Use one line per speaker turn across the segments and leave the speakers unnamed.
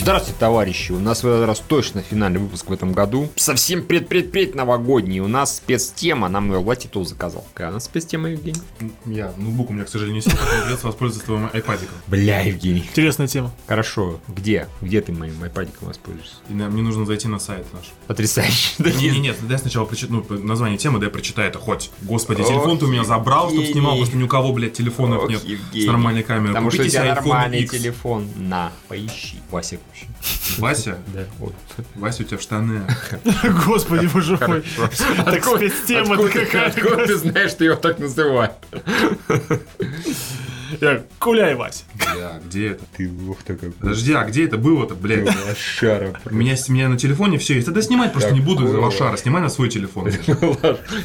Здравствуйте, товарищи! У нас в этот раз точно финальный выпуск в этом году. Совсем пред-пред-пред новогодний. У нас спецтема. Нам ее Латитул заказал. Какая у нас спецтема, Евгений?
Я, ноутбук у меня, к сожалению, не сел, поэтому придется воспользоваться твоим айпадиком.
Бля, Евгений.
Интересная тема.
Хорошо. Где? Где ты моим айпадиком воспользуешься?
И на- мне нужно зайти на сайт наш.
Потрясающе. Да
Не, не,
нет.
нет, дай сначала прочитаю, ну, п- название темы, да я прочитаю это хоть. Господи, телефон ты у меня забрал, чтоб
Окей.
снимал, потому что ни у кого, блядь, телефонов
Ох,
нет
Евгений.
с нормальной камерой.
Потому что у
Купите
тебя
себе iPhone
нормальный
X.
телефон. На, поищи. Вася вообще.
Вася,
Да. Вот.
Вася, у тебя в штаны.
Господи, боже мой. Так
Откуда-
спецтема
откуда ты-
какая
Откуда ты знаешь, что его так называют?
Я, Гуляй, Вась.
Бля, где это?
Ты лох такой.
Подожди, а где это было-то, блядь?
Шара.
У меня, с- у меня на телефоне все есть. Тогда снимать просто не буду из
Такое.
лошара. Снимай на свой телефон.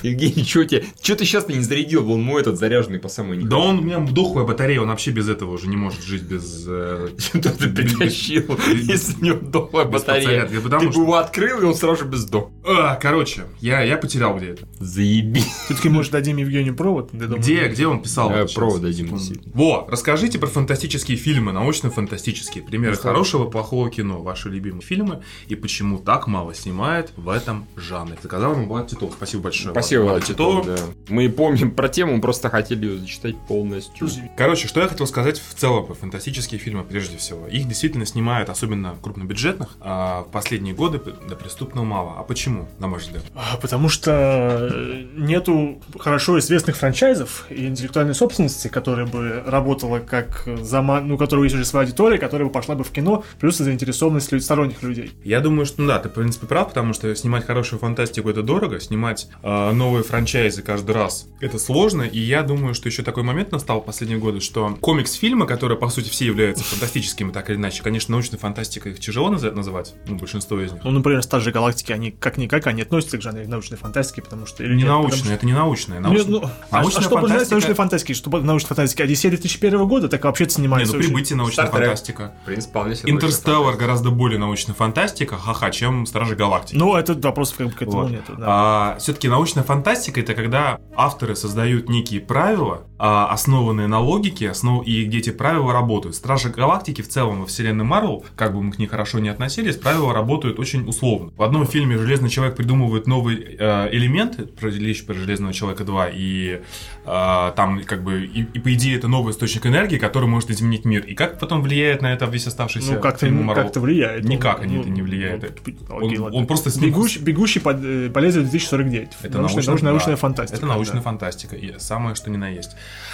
Евгений, что тебе? Что ты сейчас не зарядил? Был мой этот заряженный по самой
Да он у меня дохлая батарея, он вообще без этого уже не может жить без... э,
Что ты притащил, если у него дохлая
без
батарея?
подзарядки,
Ты
Потому
бы
что...
его открыл, и он сразу же бездох.
А, короче, я, я потерял где это.
Заеби.
Все-таки, может, дадим Евгению провод? Я думаю,
Где,
нет.
где он писал?
Э,
вот сейчас?
провод дадим,
Секунду.
действительно.
Во, расскажите про фантастические фильмы, научно-фантастические. Примеры
Расскажи.
хорошего и плохого кино, ваши любимые фильмы и почему так мало снимают в этом жанре. Заказал нам Влад Титов. Спасибо большое.
Спасибо,
Влад
Влад Титов, да. Мы помним про тему, мы просто хотели ее зачитать полностью.
Короче, что я хотел сказать в целом про фантастические фильмы прежде всего. Их действительно снимают, особенно крупнобюджетных, а в последние годы до преступного мало. А почему, на мой взгляд?
А, Потому что э, нету хорошо известных франчайзов и интеллектуальной собственности, которая бы работала как э, заман... Ну, у которого есть уже своя аудитория, которая бы пошла бы в кино, плюс заинтересованность люд- сторонних людей.
Я думаю, что ну да, ты в принципе прав, потому что снимать хорошую фантастику это дорого, снимать э, новые франчайзы каждый раз это сложно, и я думаю, что еще такой момент настал в последние годы, что комикс-фильмы, которые по сути все являются фантастическими так или иначе, конечно, научной фантастикой их тяжело наза- называть, ну большинство из них.
Ну, например, «Стражи галактики», они как-никак, они относятся к жанре научной фантастики, потому что... или
Не
нет, потому что-
научные, это не научные.
Ну,
научные-
ну, а- а,
научная
что подразумевается
фантастика-
научной фантастикой? Что под- научной фантастикой? Одиссея 2001 года так вообще-то
Не,
снимается.
ну
очень-
прибытие научная
Стартрек.
фантастика.
В принципе, вполне себе
Интерстеллар гораздо более научная фантастика, ха-ха, чем Стражи Галактики.
Ну, это вопросов как бы к этому
Вот. А
нету. да.
все-таки научная фантастика это когда авторы создают некие правила, а, основанные на логике, основ... и где эти правила работают. Стражи Галактики в целом во вселенной Марвел, как бы мы к ней хорошо не относились, правила работают очень условно. В одном фильме Железный Человек придумывает новые э, элементы, про речь про Железного Человека 2, и э, там как бы, и, и, по идее это новый источник энергии, который может изменить мир. И как потом влияет на это весь оставшийся
Ну, как-то,
фильм Марвел?
как-то влияет.
Никак
Он-
они
ну,
это не влияет.
ну,
Он,
окей, ладно.
он просто с ним-
Бегущий, бегущий под, э, по лезвию 2049.
Это
Научная-
научная,
научная,
да.
научная фантастика.
Это научная
да.
фантастика, и самое что ни на есть.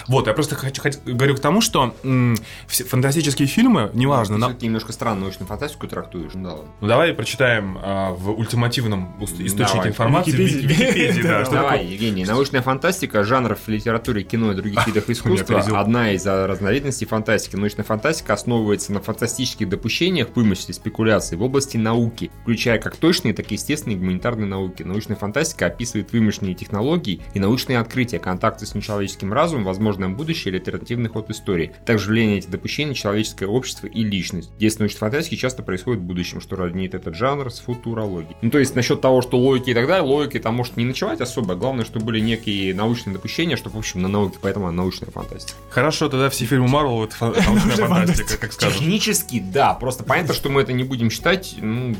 Вот, я просто хочу, хот- говорю к тому, что м, все фантастические фильмы, неважно, на-
Ты немножко странно научную фантастику трактуешь. Ну да ладно.
ну давай прочитаем а, в ультимативном ус- источнике
Давай.
информации в
Википедии.
Вики- Википедии, да,
Да,
что
Давай,
такое.
Евгений, научная фантастика, жанров в литературе, кино и других видах искусства,
перезел.
одна из а, разновидностей фантастики. Научная фантастика основывается на фантастических допущениях, вымысле, спекуляции в области науки, включая как точные, так и естественные гуманитарные науки. Научная фантастика описывает вымышленные технологии и научные открытия, контакты с нечеловеческим разумом, возможное будущее или альтернативный ход истории. Также влияние этих допущений на человеческое общество и личность. Действие научной фантастики часто происходит в будущем, что роднит этот жанр с футурологией. Ну, то есть, насчет того, что логики и так далее, логики там может не ночевать особо, а главное, что были некие научные допущения, что, в общем, на науке, поэтому она научная фантастика.
Хорошо, тогда все фильмы Марвел это фан- научная фантастика, как скажешь.
Технически, да, просто понятно, что мы это не будем считать, ну,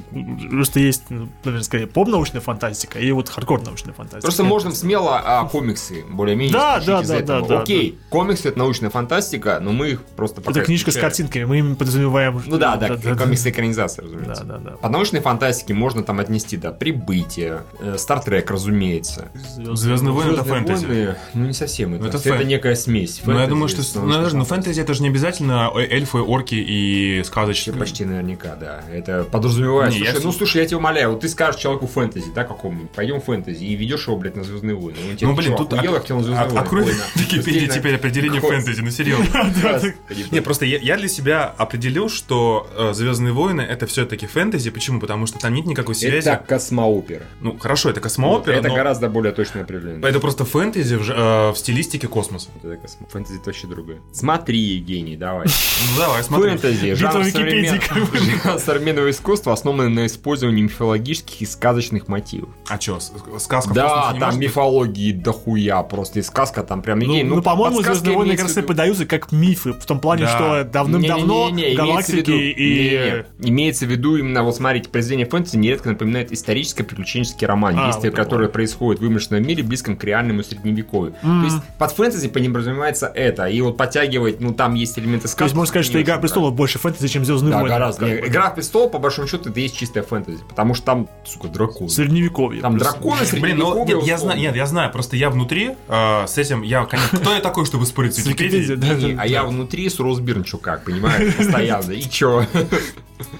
Просто есть, ну, наверное, скорее поп-научная фантастика и вот хардкор научная фантастика.
Просто можно смело а, комиксы более-менее
Да,
исключить
да,
из
да,
этого.
да, да,
Окей, комиксы это научная фантастика, но мы их просто пока
Это книжка с
исключаем.
картинками, мы им подразумеваем...
Ну да, да, комиксы экранизации,
Да,
разумеется.
да, да.
От научной фантастики можно там отнести, да, прибытие, э, Стартрек, разумеется.
Звездные войны это
«Звездные
фэнтези.
войны», ну не совсем это.
Ну, это
Это,
фэн-
некая смесь.
Ну, я
фэнтези
думаю, что
с
с- ну,
научной
даже, ну,
фантастикой.
фэнтези это же не обязательно э, эльфы, орки и
Вообще
сказочки.
Почти наверняка, да. Это подразумевает.
Не, я
слушай,
с-
ну слушай, я тебя умоляю, вот ты скажешь человеку фэнтези, да, какому-нибудь, пойдем фэнтези, и ведешь его, блядь, на Звездные войны. Он тебе,
Ну,
«Ты
блин,
чё,
тут
охуел,
от-
я хотел а на «Звездные
от-
войны».
открой
Ой,
в
на-
Википедии
постельно-
теперь определение
Господи.
фэнтези, ну серьезно.
Господи,
Не, просто я, я для себя определил, что э, Звездные войны это все-таки фэнтези. Почему? Потому что там нет никакой связи.
Это космоопера.
Ну, хорошо, это космоопера,
это
но
гораздо более точное определение.
это просто фэнтези в, ж- э, э, в стилистике космоса.
Вот это космо- Фэнтези это вообще другое. Смотри, Евгений, давай.
Ну давай, смотри.
Фэнтези,
Битва
жанр
Википедии,
современ- жанр современного искусства, основанный на использовании мифологических и сказочных мотивов.
А чё, с- сказка в
Да,
космосе не
там
может быть?
мифологии дохуя, просто и сказка там прям...
Ну,
Не,
ну, по-моему,
подсказки
«Звездные войны»
имеется
как раз
в
и
виду.
подаются как мифы, в том плане,
Да.
что давным-давно
Не-не-не-не, имеется в
галактики
виду-
и...
не-не-не. Имеется в виду именно, вот смотрите, произведение фэнтези нередко напоминает историческо-приключенческий роман,
А,
действие
вот это
которое происходит в вымышленном мире, близком к реальному средневековью.
М.
То есть под фэнтези по ним разумеется это, и вот подтягивать, ну там есть элементы сказки.
То есть можно сказать,
не
что
очень
«Игра
нравится.
престолов» больше фэнтези, чем «Звездные
Да,
войны».
гораздо.
Как бы.
Игра в престол, по большому счету, это и есть чистая фэнтези, потому что там, сука, дракон.
Средневековье.
Э, Там
Плюс-
драконы
Блин, ну
средневековья.
нет, я знаю, нет, я знаю, просто я внутри э, с этим, я, конечно, кто я такой, чтобы спорить с
С Википедией,
Википедией?
да,
условно.
да.
А я внутри с Росбирн чукак, понимаешь, постоянно. И чё?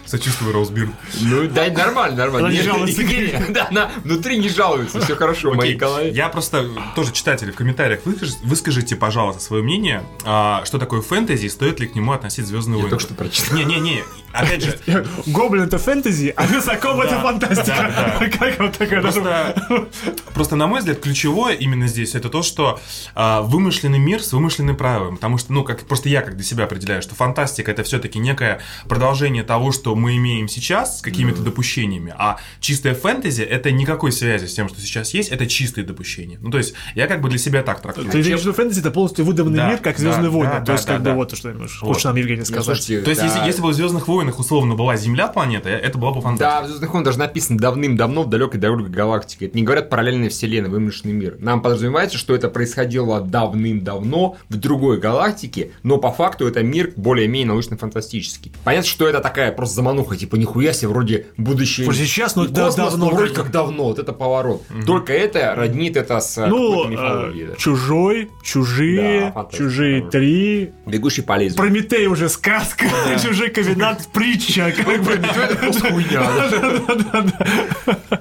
Сочувствую, Роузбир.
Ну, да, нормально, нормально.
Она не
Нет,
жалуется.
Евгений, Да, она внутри не жалуется, все хорошо в
Окей.
моей голове.
Я просто э, тоже читатели в комментариях выскаж- выскажите, пожалуйста, свое мнение, а, что такое фэнтези и стоит ли к нему относить Звездные войны.
только что прочитал.
Не, не, не. Опять же,
Гоблин это фэнтези, а высоком это
Да,
фантастика.
да,
Как вот такое
Просто, просто, на мой взгляд, ключевое именно здесь это то, что а, вымышленный мир с вымышленным правилом. Потому что, ну, как просто я как для себя определяю, что фантастика это все-таки некое продолжение того, что мы имеем сейчас с какими-то допущениями. А чистая фэнтези это никакой связи с тем, что сейчас есть, это чистые допущения. Ну, то есть, я как бы для себя так трактую.
Ты имеешь в виду фэнтези, это полностью выдуманный
Да,
мир, как
да,
«Звездные
да,
войны». То
да,
есть
да,
как бы
да.
вот что имеешь.
Вот.
Хочешь нам, Евгений,
Ну,
сказать?
слушайте,
То есть,
да.
если, если бы в Звездных войнах условно была Земля планета, это была бы
Да, в
фантастика.
«Звездных войнах» даже написано давным-давно в далекой далекой галактике. Это не говорят параллельная вселенная, вымышленный мир. Нам подразумевается, что это происходило давным-давно в другой галактике, но по факту это мир более-менее научно-фантастический. Понятно, что это такая просто замануха, типа нихуя себе, вроде будущее.
Вот сейчас, но
И
да,
космос,
давно,
но вроде
конечно.
как Ну, давно, вот это поворот. Только это роднит это с э, какой-то
Ну,
мифологией.
э,
да.
чужой,
Да,
чужие,
фантастика,
чужие
да.
три.
Бегущий по лезвию.
Прометей уже сказка, чужой ковенант притча. Как бы.
Ну, Это просто хуйня.
Да-да-да-да.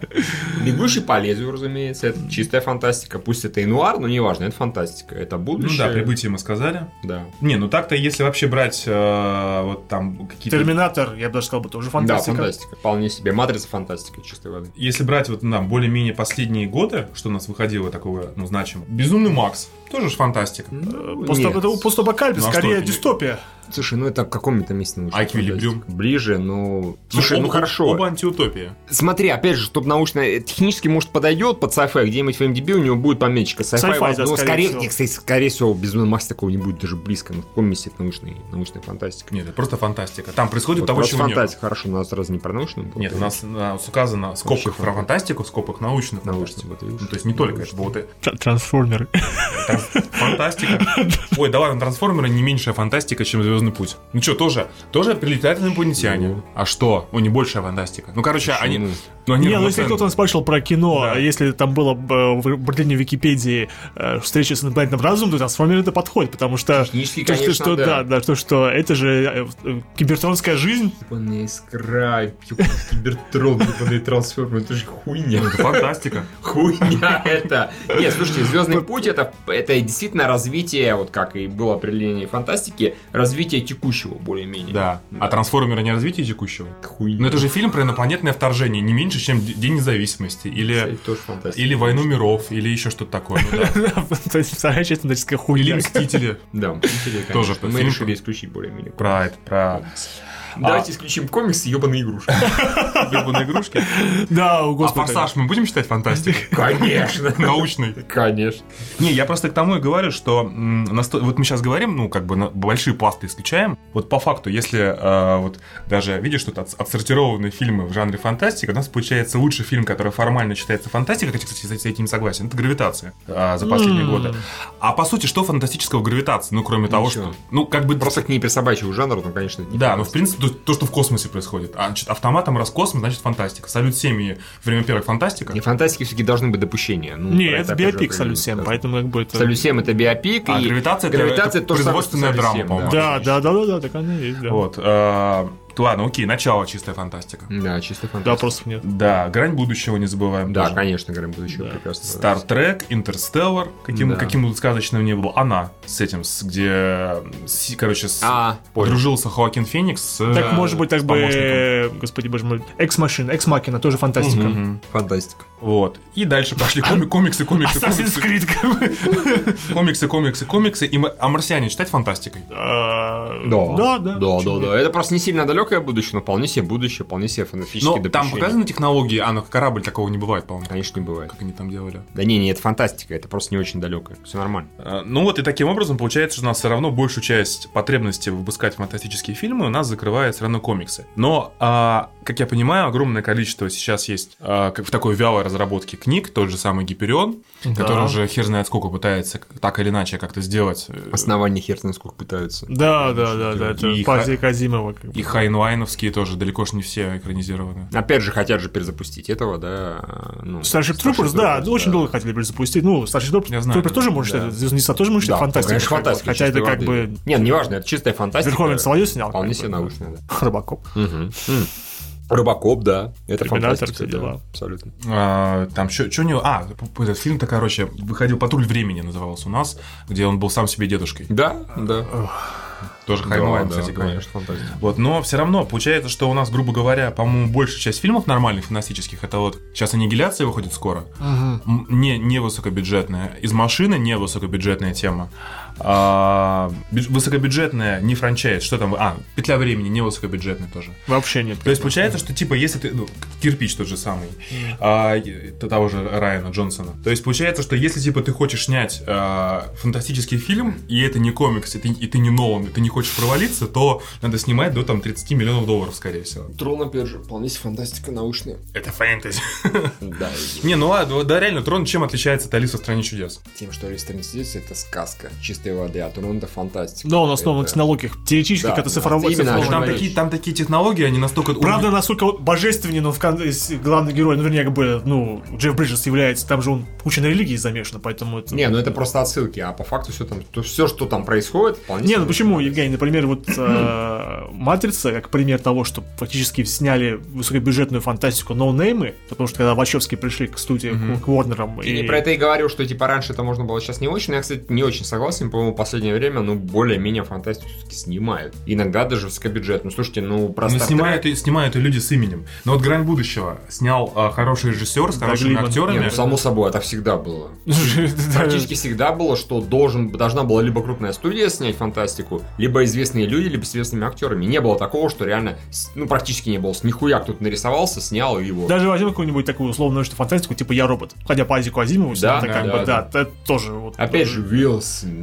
Бегущий по лезвию, разумеется, это чистая фантастика. Пусть это и нуар, но неважно, это фантастика. Это
Ну
будущее.
да, прибытие мы сказали.
Да.
Не, ну так-то, если вообще брать э, вот там какие-то...
Терминатор, я бы даже сказал, бы тоже
Да,
фантастика.
фантастика. Вполне себе. Матрица фантастика чистой воды.
Если брать вот нам более-менее последние годы, что у нас выходило такого, ну, значимого. Безумный Макс. Тоже ж фантастика.
Ну,
Э, Просто
нет.
это у постапокалипсис,
Ну, а что
скорее
это?
дистопия.
Слушай, ну это в каком-то месте научная
Эквилибриум.
фантастика? Ближе, но... Слушай, ну
оба-
хорошо.
Оба антиутопия.
Смотри, опять же, чтобы научно... э, Технически, может, подойдет под sci где-нибудь в MDB у него будет пометочка.
Sci-fi,
возможно,
да,
но
скорее
скорее,
всего.
не, кстати, скорее всего, Безумный Макс такого не будет даже близко. Ну, в каком месте это научный, научная фантастика?
Нет, это просто фантастика. Там происходит
Вот
того,
просто
чего
фантастика. Хорошо, у нас раз не про научную. было,
нет. Нет, у
то
нас а, указано в скобках
фантастика.
про фантастику, в скобках научных.
Научную, вот видишь.
Ну, то есть не только, это вот и
Трансформеры.
фантастика. Ой, давай, ну, трансформеры не меньшая фантастика, чем Звездный путь. Ну что, тоже, тоже прилетают инопланетяне.
Ну.
А что? О, не большая фантастика. Ну, короче,
Почему?
они... Ну, они
Не, ну если
равноценны.
кто-то нас спрашивал про кино,
Да.
а если там было э, в определении Википедии э, встреча с инопланетным разумом, то трансформеры это подходит, потому что...
Технически,
то, что,
конечно,
что-
да.
да. да, то, что это же э, э, кибертонская жизнь.
Ебаная искра, ебаный кибертрон, ебаный трансформер, это же хуйня.
Это фантастика.
Хуйня это. Нет, слушайте, Звездный путь это, это действительно развитие, вот как и было определение фантастики, развитие текущего более-менее.
Да. А трансформеры не развитие текущего?
Хуйня.
Ну это же фильм про инопланетное вторжение, не меньше, чем Д- День независимости, или,
Кстати, тоже фантастика.
или Войну миров, или еще что-то такое. ну да.
То есть вторая часть историческая
Или
хуйня.
Мстители.
Да, мстители, конечно.
Тоже
Мы
фильм
решили
про-
исключить более-менее.
Про это, про
Давайте исключим комиксы и ебаные игрушки.
ебаные игрушки.
Да, о,
А
господи.
Форсаж мы будем считать фантастикой?
Конечно.
Научный.
Конечно.
Не, я просто к тому и говорю, что м, насто- вот мы сейчас говорим, ну, как бы на- большие пласты исключаем. Вот по факту, если э, вот даже видишь, что от, отсортированные фильмы в жанре фантастика, у нас получается лучший фильм, который формально считается фантастикой, хотя, кстати, с с этим согласен, это «Гравитация» э, за последние
М.
годы. А по сути, что фантастического в «Гравитации», ну, кроме того,
Ничего.
что... Ну, как бы...
Просто к ней присобачиваю жанр, но, ну, конечно, это не
Да, ну, но в
фантастика.
принципе то, то, что в космосе происходит. А, значит, автоматом Роскосмос, значит, фантастика. Салют 7 и время первых фантастика.
Не фантастики все-таки должны быть допущения. Ну,
Не,
про
это
опять же
биопик Салют 7,
определенно.
поэтому как бы это...
Салют 7 это биопик,
А
и
«Гравитация» это-
гравитация
это
тоже
производственная драма, по-моему.
Да, да, да, да, да, так она и есть, да.
Вот. э, Ладно, окей, начало чистая фантастика.
Да, чисто фантастика.
Да, вопросов нет.
Да, грань будущего не забываем.
Да,
тоже.
конечно, Грэм будущего
Да.
прекрасно.
Стартрек, Интерстеллар, каким,
Да.
каким бы сказочным ни было, она с этим, с, где, э, с- короче, с,
А, понял.
подружился Хоакин Феникс. с,
Так,
э,
может быть, так
с
бы,
помощником.
э, господи боже мой, экс-машина, экс-макина, тоже фантастика.
Мгм.
Фантастика.
Вот. И дальше пошли коми- комиксы, комиксы,
А, Assassin's
комиксы,
Creed, как бы.
комиксы, комиксы, комиксы. И мы- а марсиане читать фантастикой?
А,
Да.
Да, да.
Да,
почему
да,
нет?
да. Это просто не сильно далекое будущее, но вполне себе будущее, вполне себе
Но
фантастические
Ну, там
допущения.
показаны технологии, а на корабль такого не бывает, по-моему.
Конечно, не бывает.
Как они там делали.
Да не, не, это фантастика, это просто не очень далекое. Все нормально.
Э, Ну вот и таким образом получается, что у нас все равно большую часть потребности выпускать фантастические фильмы у нас закрывает все равно комиксы. Но, а, как я понимаю, огромное количество сейчас есть а, как в такой вялой разработке книг, тот же самый Гиперион,
Да.
который уже хер знает сколько пытается к- так или иначе как-то сделать. э,
Основание хер знает сколько пытаются.
Да, да, да, да,
И
это
ха-
партия Казимова. как бы.
И Хайнлайновские тоже далеко же не все экранизированы.
Опять же, хотят же перезапустить этого, да. Ну,
Starship Troopers, да, очень долго хотели перезапустить. Ну, Starship Troopers,
Я знаю,
Troopers тоже может
да.
считать, Звездница тоже может
Да,
считать фантастикой.
конечно,
как бы.
фантастика.
Хотя это
чистой
как
воды.
бы
Не, ну, неважно, это чистая фантастика.
Верховен Соловьев снял.
Вполне
как бы,
себе
да.
научная, да.
Робокоп.
Мгм. М. Рыбакоп, да. Это
Терминатор,
фантастика.
все
да,
дела.
Абсолютно.
А, там что у него... А, этот фильм-то, короче, выходил «Патруль времени» назывался у нас, где он был сам себе дедушкой.
Да, да.
Тоже Хайнлайн, кстати говоря.
конечно, фантастика.
Вот, но все равно получается, что у нас, грубо говоря, по-моему, большая часть фильмов нормальных фантастических это вот сейчас аннигиляция выходит скоро. М, Не, не высокобюджетная. Из машины не высокобюджетная тема. А, бю- высокобюджетная не франчайз. Что там? А, петля времени не высокобюджетная тоже.
Вообще нет.
То есть получается, что типа если ты. ну, кирпич тот же самый. а, и- т- того же Райана Джонсона. То есть получается, что если типа ты хочешь снять а, фантастический фильм, и это не комикс, и ты, и ты не Нолан, и ты не хочешь провалиться, то надо снимать до там 30 миллионов долларов, скорее всего.
Трон, опять же, вполне себе фантастика научная.
Это фэнтези.
Да,
Не, ну ладно, да реально, Трон чем отличается от Алиса в стране чудес?
тем, что Алиса это сказка чистой воды, а Трон это фантастика.
Да, он основан на
Это-
технологиях. Теоретически,
Да,
это
да,
цифровой
именно,
цифровой.
Ой,
Там
Марич.
такие, там такие технологии, они настолько... ну,
Правда, насколько он божественен он в кон- с- главный герой, ну, вернее, как бы, ну, Джефф Бриджес является, там же он куча на религии замешана, поэтому это...
Не, ну это просто отсылки, а по факту все там, то все, что там происходит, вполне.
Не,
себе
ну почему,
фантастика.
Евгений, например, вот э, «Матрица», как пример того, что фактически сняли высокобюджетную фантастику ноунеймы, потому что когда Вачовски пришли к студии,
Мгм.
к, к Уорнерам,
Я
и...
не про это и говорил, что типа раньше это можно было, сейчас не очень. Но Я, кстати, не очень согласен. По-моему, в последнее время, ну, более-менее фантастику все-таки снимают. Иногда даже высокобюджет. Ну, слушайте, ну, про
Ну,
Star Trek-
снимают, и, снимают и люди с именем. Но вот «Грань будущего» снял а, хороший режиссер с
Да,
хорошими
Глиман.
Не,
актерами.
ну, само собой, это всегда было.
Практически.
Практически всегда было, что должен, должна была либо крупная студия снять фантастику, либо известные люди, либо с известными актерами. Не было такого, что реально, с- ну, практически не было. С нихуя кто-то нарисовался, снял и его.
Даже возьмем какую-нибудь такую условную что фантастику, типа «Я робот», хотя по Азику Азимову,
Да,
это
да,
как
да,
бы, да, это тоже вот...
Опять же, Уилл Смит,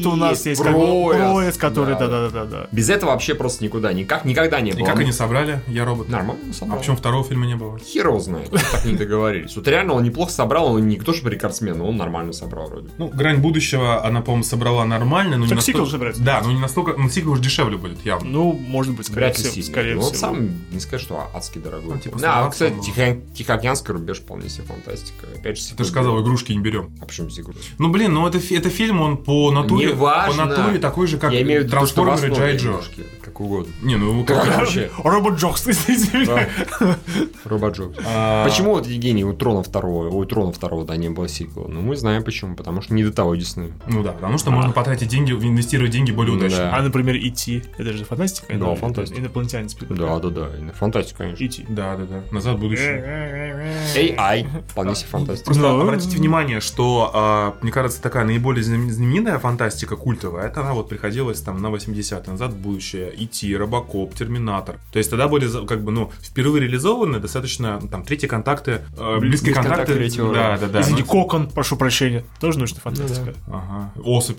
Мид у нас есть, как бы,
Троец,
Троец, который, да-да-да-да.
Без этого вообще просто никуда, никак, никогда не было.
И как
Ну,
они собрали «Я робот»?
Нормально
А
собрал.
почему второго фильма не было?
Хер его знает, так не договорились. Вот реально он неплохо собрал, он не кто же рекордсмен, но он нормально собрал вроде.
Ну, грань будущего, она, по-моему, собрала нормально, но не
Так
настолько...
сиквел собирается.
Да, но не настолько... Ну, сиквел уже дешевле будет, явно.
Ну, может быть, скорее
Вряд ли
всего.
сильно.
Скорее
Ну,
всего.
Он сам не скажет, что адский дорогой.
Ну, типа,
да,
собрал,
а, кстати,
собрал.
Тихо- Тихоокеанский рубеж вполне себе фантастика. Опять же,
Ты же сказал, игрушки не берем.
А почему сиквел?
Ну, блин, ну это, фи- это фильм, он по натуре...
Неважно.
По натуре такой же, как
Я имею в виду, что в
Трансформеры
основе
G.I. Joe.
игрушки, Как угодно.
Не, ну...
Как
как-
вообще?
Робот Джокс, извините меня.
Рободжок.
А,
Почему вот Евгений у Трона второго, у Трона второго, да, не было сиквела? Ну, мы знаем почему, потому что не до того Диснея.
Ну да, потому что можно потратить деньги, инвестировать деньги более
А. Да.
удачно.
А, например, Идти. Это же фантастика.
Да,
ино-
фантастика.
Инопланетянин спит.
Да, да, да, и на фантастику, конечно.
Идти.
Да, да, да. Назад в будущее.
Эй,
а,
ай, вполне себе фантастика.
Просто
Ну.
обратите внимание, что, а, мне кажется, такая наиболее знам- знаменитая фантастика культовая, это она вот приходилась там на 80-е, назад в будущее, Идти, Робокоп, Терминатор. То есть тогда были за- как бы, ну, впервые реализованы достаточно там третьи контакты, э, близкие
близкие
контакты.
контакты третьего
да, да,
уровня.
да.
Извини,
Ну,
Кокон, прошу прощения. Тоже нужна фантастика.
Ага. Особь.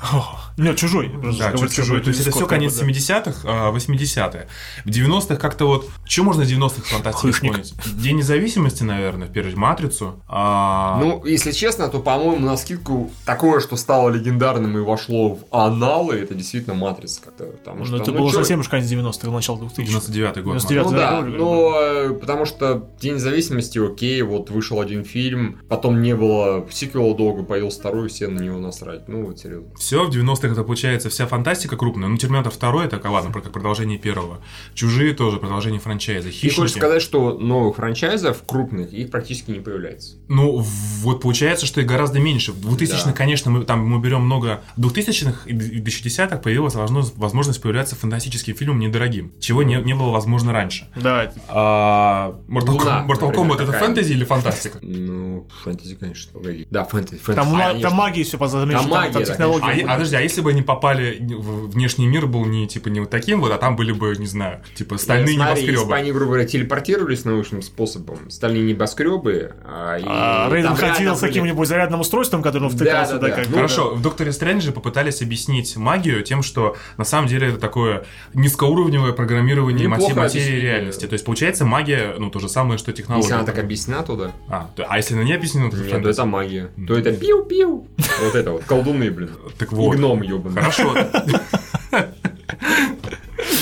Ох, Нет, чужой. просто
Да,
говорю,
чуть чужой. То есть это
Скотт,
все
как бы,
конец
да.
70-х, а, 80-е. В 90-х как-то вот... Что можно из 90-х фантастики
Хышник.
вспомнить? День независимости, наверное, в первую очередь, Матрицу. А,
Ну, если честно, то, по-моему, на скидку такое, что стало легендарным и вошло в аналы, это действительно матрица. Как-то, потому
Ну,
что,
это
ну,
было
чё-
совсем уж конец 90-х, начало 2000-х.
99 год.
99
Ну да,
Ролик,
но э, потому что День независимости, окей, вот вышел один фильм, потом не было сиквела долго, появился второй, все на него насрать. Ну вот, серьезно.
Все, в 90-х это получается вся фантастика крупная. Ну, Терминатор 2 это, как- ладно, про- как продолжение первого. Чужие тоже, продолжение франчайза.
И хочешь
Хищники.
сказать, что новых франчайзов крупных их практически не появляется.
Ну, в- вот получается, что их гораздо меньше. В 2000-х,
Да.
конечно, мы, там мы берем много... В 2000-х и д- и 2010-х появилась возможно- возможность появляться фантастическим фильмом недорогим, чего не, не было возможно раньше.
Да, это-
А, Mortal,
Луна,
Kombat-
например,
Mortal Kombat это
какая-нибудь.
фэнтези или фантастика?
Ну, фэнтези, конечно. погоди. Да, фэнтези. фэнтези.
там, ма-
конечно.
там магии все позаметили,
Там
там, там
магия, да,
технологии.
А,
конечно.
е- а подожди, а если бы они попали в внешний мир, был не типа не вот таким вот, а там были бы, не знаю, типа стальные
Смотри, если бы
небоскребы.
они, грубо говоря, телепортировались научным способом, стальные небоскребы, а, и
А, Рейден
там
ходил
реально
с
были-
каким-нибудь зарядным устройством, которым он
Да,
втыкался,
да,
да,
да.
как
Ну,
Хорошо, в Докторе Стрэнджа попытались объяснить магию тем, что на самом деле это такое низкоуровневое программирование
Неплохо
мати- материи
объяснили.
реальности. То есть получается магия, ну то же самое, что технология.
Если она так объяснена туда,
а, то- а если она не объяснена, то
нет, то
фэнтези.
это магия.
Мгм.
То это пиу-пиу. Вот это вот, колдуны, блин.
Так
И
вот.
гном, ёбаный.
Хорошо.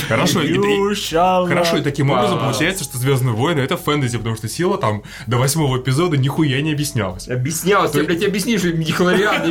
Хорошо, и- и- Хорошо, и таким образом
Да.
получается, что Звездные войны это фэнтези, потому что сила там до восьмого эпизода нихуя не
Э,
объяснялась.
Объяснялось, я, блядь, объяснишь, что Николариан не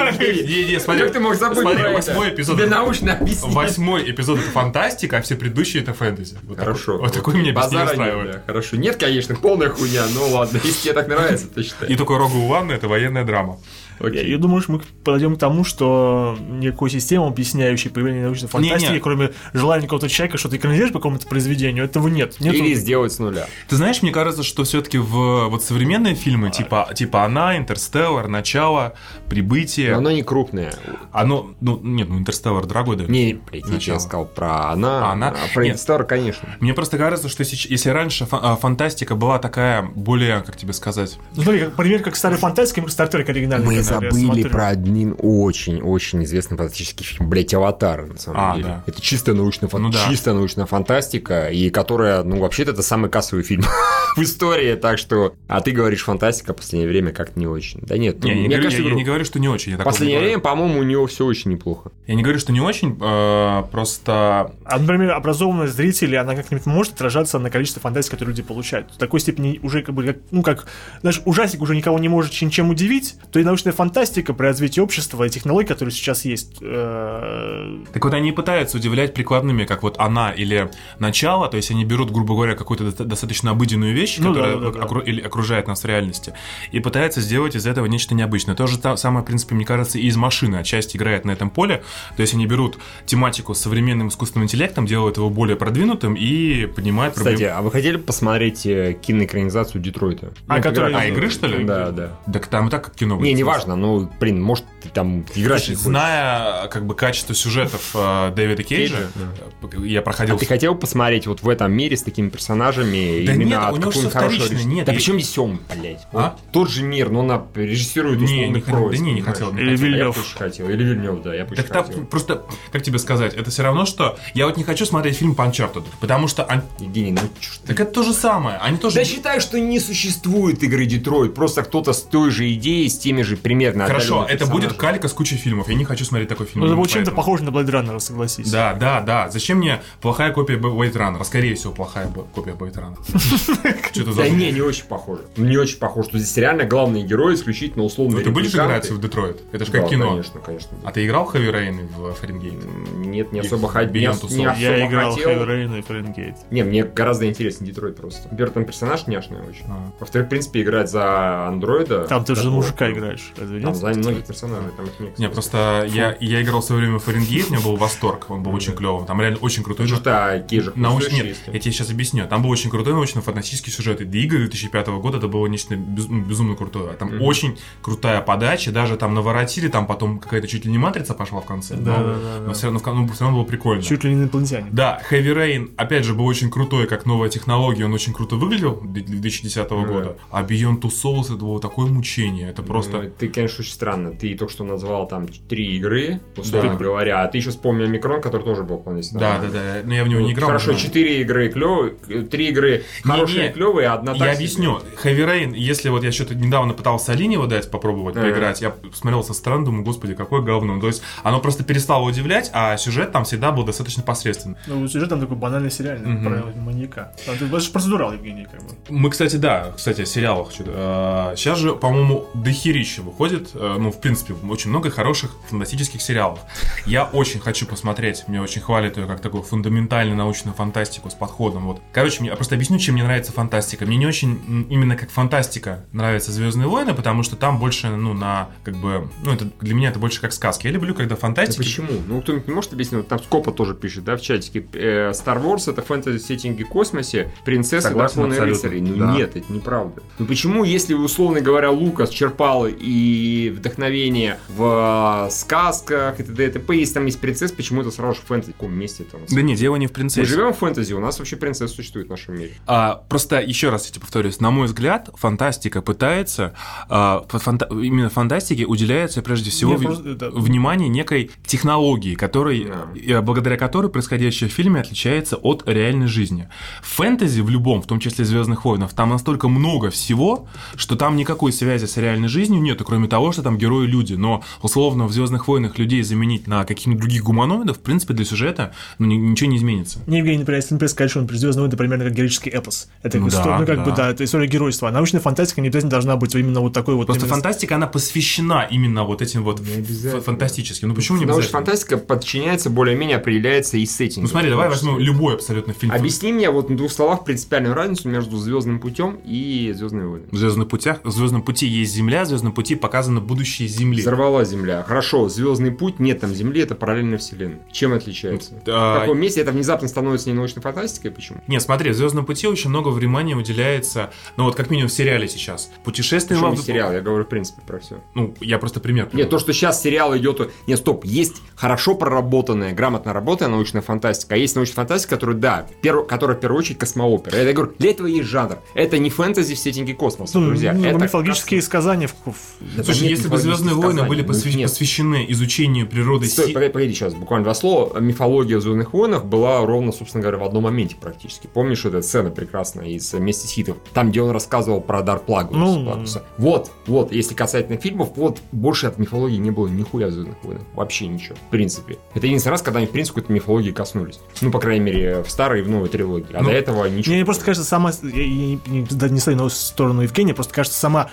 Не-не, смотри,
Как ты можешь забыть
смотри,
про это?
восьмой эпизод.
Тебе научно объяснить.
Восьмой эпизод это фантастика, а все предыдущие это фэнтези. Вот
Хорошо.
такой- Вот такой меня объяснение
Базара нет,
устраивает.
да, Хорошо. Нет, конечно, полная хуйня, ну ладно, если тебе так нравится, то считай.
И такой Рога Уанна это военная драма.
Я,
Окей.
я думаю, что мы подойдем к тому, что никакой системы, объясняющей появление научной фантастики,
Не-не.
кроме желания какого-то человека что-то экранизировать по какому-то произведению, этого нет. Нету-
Или сделать с нуля.
Ты знаешь, мне кажется, что все-таки в вот современные фильмы, типа, типа она, Интерстеллар, Начало, Прибытие,
Но оно не крупное.
оно, ну, нет, ну Интерстеллар дорогой да.
Не, блядь, я
Начало.
сейчас сказал про она,
А, она?
а про
Нет.
Интерстеллар, конечно.
Мне просто кажется, что сеч- если раньше фа- а, фантастика была такая более, как тебе сказать,
Ну, смотри, как, пример, как старый фантастика, мы Стартрек оригинальный.
Мы
который я
забыли
смотрю.
про один очень-очень известный фантастический фильм, блять, «Аватар», на самом
А,
деле.
да.
Это чистая научная, фан-
Ну да.
чистая научная фантастика, и которая, ну, вообще-то, это самый кассовый фильм в истории, так что... А ты говоришь, фантастика в последнее время как-то не очень. Да нет,
Не, я, не
мне
говорю,
кажется,
я- я
говорю,
не говорю, что не очень. Я
в
такого не
последнее
говорю.
время, по-моему, у него все очень неплохо.
Я не говорю, что не очень, э, просто...
А, например, образованность зрителей, она как-нибудь может отражаться на количестве фантазий, которые люди получают. В такой степени уже как бы, как- ну как, знаешь, ужасик уже никого не может ничем удивить, то и научная фантастика про развитие общества и технологий, которые сейчас есть. э,
Так вот, они и пытаются удивлять прикладными, как вот она или начало, то есть они берут, грубо говоря, какую-то доста- достаточно обыденную вещь,
Ну да,
которая
да, да,
окру- или окружает нас в реальности, и пытаются сделать из этого нечто необычное. То же та- самое, в принципе, мне кажется, и из машины отчасти играет на этом поле, то есть они берут тематику с современным искусственным интеллектом, делают его более продвинутым и поднимают
Кстати,
проблему.
а вы хотели посмотреть э, киноэкранизацию Детройта?
А,
Ну,
которая-
игра-
А, игры, что ли?
Да, да.
Так там и так как кино
Не,
будет.
не важно, ну, блин, может, ты там играть не
Слушай,
хочешь.
зная как бы качество сюжетов э, Дэвида Кейджа, э, я проходил
А ты хотел посмотреть вот в этом мире с такими персонажами
Да
именно
нет,
от
у него
какого-нибудь
всё
хорошего
вторично,
режиссера?
нет,
Да
я-
причем здесь он, блядь?
А?
Вот Тот же мир, но она режиссирует
Не,
условный
не хотел,
поезд,
да не, не
понимаешь?
хотел, не
Или
хотел.
Вильнёв.
Вильнёв.
Я бы тоже хотел. Или Вильнёв, да, я бы
Так
тоже
там
хотел.
просто, как тебе сказать, это все равно, что я вот не хочу смотреть фильм по Uncharted, потому что... он-
Евгений, ну чё ж ты...
Так это то же самое, они тоже...
Да считаю, что не существует игры Детройт, просто кто-то с той же идеей, с теми же примерно
Хорошо,
отдаленными
это будет
персонажами.
калька с кучей фильмов, я не хочу смотреть такой фильм.
Ну, это
именно
было чем-то
поэтому.
похоже на Blade Runner, согласись.
Да, да, да. Зачем мне плохая копия Б- Blade Runner? Скорее всего, плохая б- копия Blade Runner. Что-то
Да не,
за...
не очень похоже. Не очень похоже, что здесь реально главные герои исключительно условные
Ну, ты будешь играть
репликанты.
в Детройт? Это же
Да,
как кино.
конечно, конечно.
А ты играл Хэви Рейн в Фаренгейт?
Нет, не
Их
особо хотел. Не
Beyond
ос-
Two
не
Souls.
особо
Я играл в
хотел.
Heavy Rain и Фаренгейт.
Не, мне гораздо интереснее Детройт просто. Во-первых, там персонаж няшный очень.
А.
Во-вторых, в принципе, играть за андроида...
Там ты же за
такого,
мужика
ну,
играешь, разве
Там
нет?
за многих персонажей, там их нет.
Не, просто я, я играл в свое время в Фаренгейт, у меня был восторг, он был очень клевым. Там реально очень крутой
Потому
же
что Кейджа
Науч... Нет, я тебе сейчас объясню. Там был очень крутой научно-фантастический сюжет. И до игры 2005 года это было нечто без- ну, безумно крутое. Там
Мгм.
очень крутая подача. Даже там наворотили, там потом какая-то чуть ли не матрица пошла в конце.
Да,
но
да, да, да.
все равно, в кон- ну, всё равно было прикольно.
Чуть ли не инопланетянин.
Да, Heavy Rain, опять же, был очень крутой, как новая технология, он очень круто выглядел д- 2010
Ну да.
года. А Beyond Two Souls это было такое мучение, это просто...
Ты конечно, очень странно. Ты только что назвал там три игры, условно
Да.
говоря, а ты еще вспомнил Микрон, который тоже был вполне себе
Да, да,
нормальный.
да. Но я в него не
Ну,
играл.
Хорошо,
но-
четыре игры клевые, три игры
Не,
хорошие,
не.
клевые, а одна
Я
так себе.
объясню. Heavy Rain, если вот я что-то недавно пытался Алинева дать попробовать
Ага.
поиграть, я смотрел со стороны, думаю, господи, какое говно. То есть оно просто перестало удивлять, а сюжет там всегда был достаточно посредственный.
Ну, сюжет там такой банальный сериальный
Мгм.
про маньяка. Там ты- Это же процедурал, Евгений, как бы.
Мы, кстати, да, кстати, о сериалах. чё-то. Э, Сейчас же, по-моему, дохерища выходит. э, Ну, в принципе, очень много хороших фантастических сериалов. Я очень хочу посмотреть. Мне очень хвалят ее как такую фундаментальную научную фантастику с подходом. Вот. Короче, мне- я просто объясню, чем мне нравится фантастика. Мне не очень м, именно как фантастика нравятся Звездные войны, потому что там больше, ну, на как бы. Ну, это для меня это больше как сказки. Я люблю, когда
Да
фантастика.
почему? Ну, кто-нибудь может объяснить? Вот Там Скопа тоже пишет, да, в чатике. э, Star Wars — это фэнтези-сеттинги в космосе, принцессы,
Согласен
драконы и
абсолютно,
рыцари. Ну,
да.
нет, это неправда. Ну, почему, если, условно говоря, Лукас черпал и вдохновение в э, сказках и т.д. и т.п., если там есть принцесс, почему это сразу же фэнтези? В каком месте это у нас?
Да не, дело не в
Мы
принцессе.
живем в фэнтези, у нас вообще принцесс существует в нашем мире.
А, просто еще раз я тебе повторюсь, на мой взгляд, фантастика пытается, а, фа- фанта- именно фантастике уделяется прежде всего
Не,
в-
просто, да.
внимание некой технологии, которой,
Да.
э, благодаря которой происходящее в фильме отличается от реальной жизни. В фэнтези в любом, в том числе «Звездных войнов», там настолько много всего, что там никакой связи с реальной жизнью нету, кроме того, что там герои люди. Но, условно, в «Звездных войнах» людей заменить на каких-нибудь других гуманоидов, в принципе, для сюжета ну, ни- ничего не изменится.
Мне Евгений, например, если например, сказать, что он «Звездные войны» это примерно как героический эпос. Это
Ну
история,
да,
ну, как
да.
бы, да, это история геройства. А научная фантастика не обязательно должна быть именно вот такой вот...
Просто
именно-
фантастика, она посвящена именно вот этим вот
Не
ф-
обязательно.
ф- фантастическим. Ну почему не
Потому что
обязательно?
фантастика подчиняется, более-менее определяется и сеттингом.
Ну смотри, давай
в том числе.
возьмем любой абсолютно фильм.
Объясни мне вот на двух словах принципиальную разницу между Звездным путем и Звездными войнами.
В Звездных путях, в Звездном пути есть Земля, в Звездном пути показано будущее Земли.
Взорвала Земля. Хорошо, Звездный путь, нет там Земли, это параллельная вселенная. Чем отличается? В
Да.
каком месте это внезапно становится не научной фантастикой? Почему?
Нет, смотри, в Звездном пути очень много внимания уделяется, ну вот как минимум в сериале сейчас. Путешествие
Почему
во
не сериал? Я говорю, в принципе, про все.
Ну, я просто пример. привел.
Нет, то, что сейчас сериал идет... Нет, стоп, есть хорошо проработанная, грамотно работая научная фантастика, а есть научная фантастика, которая, да, перв- которая в первую очередь космоопера. Это, я говорю, для этого есть жанр. Это не фэнтези в сеттинге космоса,
Ну,
друзья.
ну,
это
мифологические сказания. в- в-
Да
Слушай,
ну, нет
если бы
мифологических
«Звездные войны»
сказаний,
были
ну,
посвя-
нет.
посвящены изучению природы...
Стой,
си-
погоди, погоди, сейчас буквально два слова. Мифология в «Звездных войнах» была ровно, собственно говоря, в одном моменте практически. Помнишь эта сцена прекрасная из э, «Вместе с хитов», там, где он рассказывал про дар Плагуса?
Ну.
Плагуса. Вот, вот, если касательно фильмов, вот, больше от мифологии не было нихуя в «Звездных войнах». Вообще ничего, в принципе. Это единственный раз, когда они, в принципе, какой-то мифологии коснулись. Ну, по крайней мере, в старой и в новой трилогии. А
Ну,
до этого ничего.
Мне просто кажется, сама... Я, я не, не- да, не стою на сторону Евгения, просто кажется, сама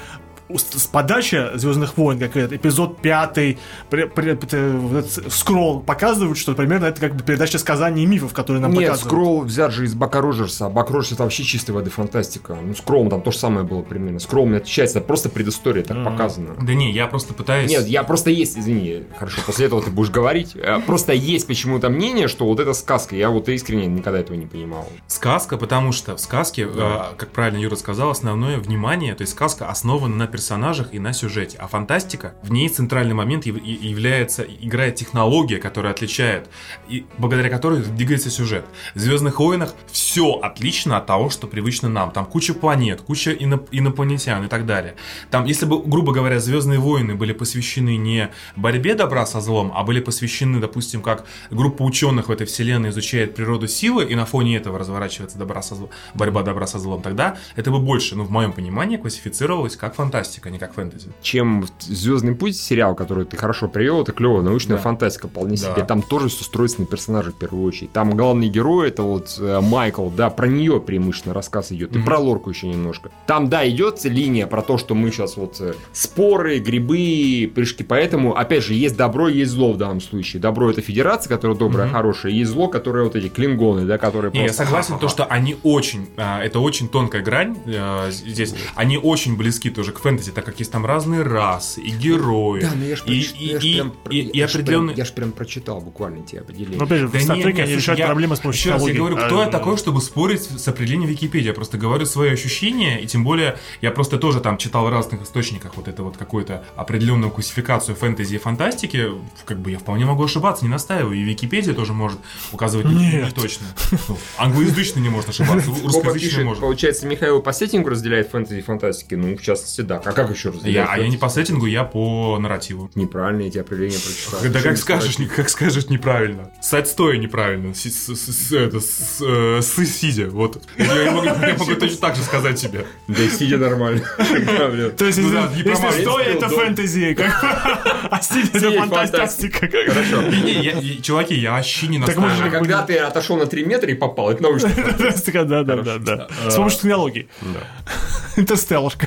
с- с подача Звездных войн, как этот эпизод пятый, пре- пре- пре- вот этот скролл показывают, что примерно это как бы передача сказаний и мифов, которые нам
Нет,
показывают.
скролл взят же из Бака Роджерса. А Бак Роджерс это вообще чистой воды фантастика. Ну, скролл там то же самое было примерно. Скролл не отличается, это просто предыстория, так
Мгм.
показано.
Да не, я просто пытаюсь...
Нет, я просто есть, извини, хорошо, после этого ты будешь говорить. Э, Просто есть почему-то мнение, что вот это сказка. Я вот искренне никогда этого не понимал.
Сказка, потому что в сказке,
Да.
э, как правильно Юра сказал, основное внимание, то есть сказка основана на персонажах и на сюжете, а фантастика, в ней центральный момент яв- и- является, играет технология, которая отличает, и благодаря которой двигается сюжет. В «Звездных войнах» все отлично от того, что привычно нам. Там куча планет, куча иноп- инопланетян и так далее. Там, если бы, грубо говоря, «Звездные войны» были посвящены не борьбе добра со злом, а были посвящены, допустим, как группа ученых в этой вселенной изучает природу силы, и на фоне этого разворачивается добра со зло- борьба добра со злом, тогда это бы больше, ну, в моем понимании, классифицировалось как фантастика, а не как фэнтези.
Чем Звездный путь сериал, который ты хорошо привел, это клево, научная
Да.
фантастика вполне
Да.
себе. Там тоже все строится на персонаже в первую очередь. Там главный герой это вот э, Майкл, да, про нее преимущественно рассказ идет. И
Мгм.
про Лорку еще немножко. Там, да, идет линия про то, что мы сейчас вот э, споры, грибы, прыжки. Поэтому, опять же, есть добро, есть зло в данном случае. Добро это федерация, которая добрая,
Мгм.
хорошая, и зло, которое вот эти клингоны, да, которые
Не, я
просто
согласен, то,
ха-ха-ха.
что они очень, а, это очень тонкая грань э, здесь, они очень близки тоже к фэнтези, так как есть там разные расы и герои.
Да, но я ж
И-
прочит-
и-
я ж
и-
прям-
и- и Ну
я ж прям-
определенный-
Я же прям прочитал буквально тебе определение.
Но опять же,
Да
в Star
не,
Trek
не,
они
слушай,
решают
я-
проблемы с помощью
Еще раз я
технологий.
говорю, кто
А,
я такой, что чтобы спорить с определением Википедии, я просто говорю свои ощущения, и тем более я просто тоже там читал в разных источниках вот это вот какую-то определенную классификацию фэнтези и фантастики, как бы я вполне могу ошибаться, не настаиваю, и Википедия тоже может указывать не- не
Нет.
точно. Ну, Англоязычный не может ошибаться,
Коба
русскоязычный
пишет,
может.
получается, Михаил по сеттингу разделяет фэнтези и фантастики, ну, в частности, да. А как еще разделяет?
Я, а я не по сеттингу, я по нарративу.
Неправильно эти определения прочитал.
Да
Что
как
не
скажешь,
сказать?
не- как скажешь неправильно. С отстоя неправильно. С, с- с- с- это, с, э, с сидя. Вот. Я, могу, я могу точно так же сказать тебе.
Да и сидя нормально. Да, блин.
То есть,
Ну
если,
да, не
если
промажешь.
стоя, это
Дом.
фэнтези, как бы, а сидя,
Сидеть,
это фантастика. как бы.
Хорошо.
Не, не, я- и, чуваки, я вообще не
Так мы
А
настаиваю.
же-
когда ты отошел на 3 метра и попал, это научно.
Фантастика, да, да, да, да. С помощью технологий. Интерстеллашка.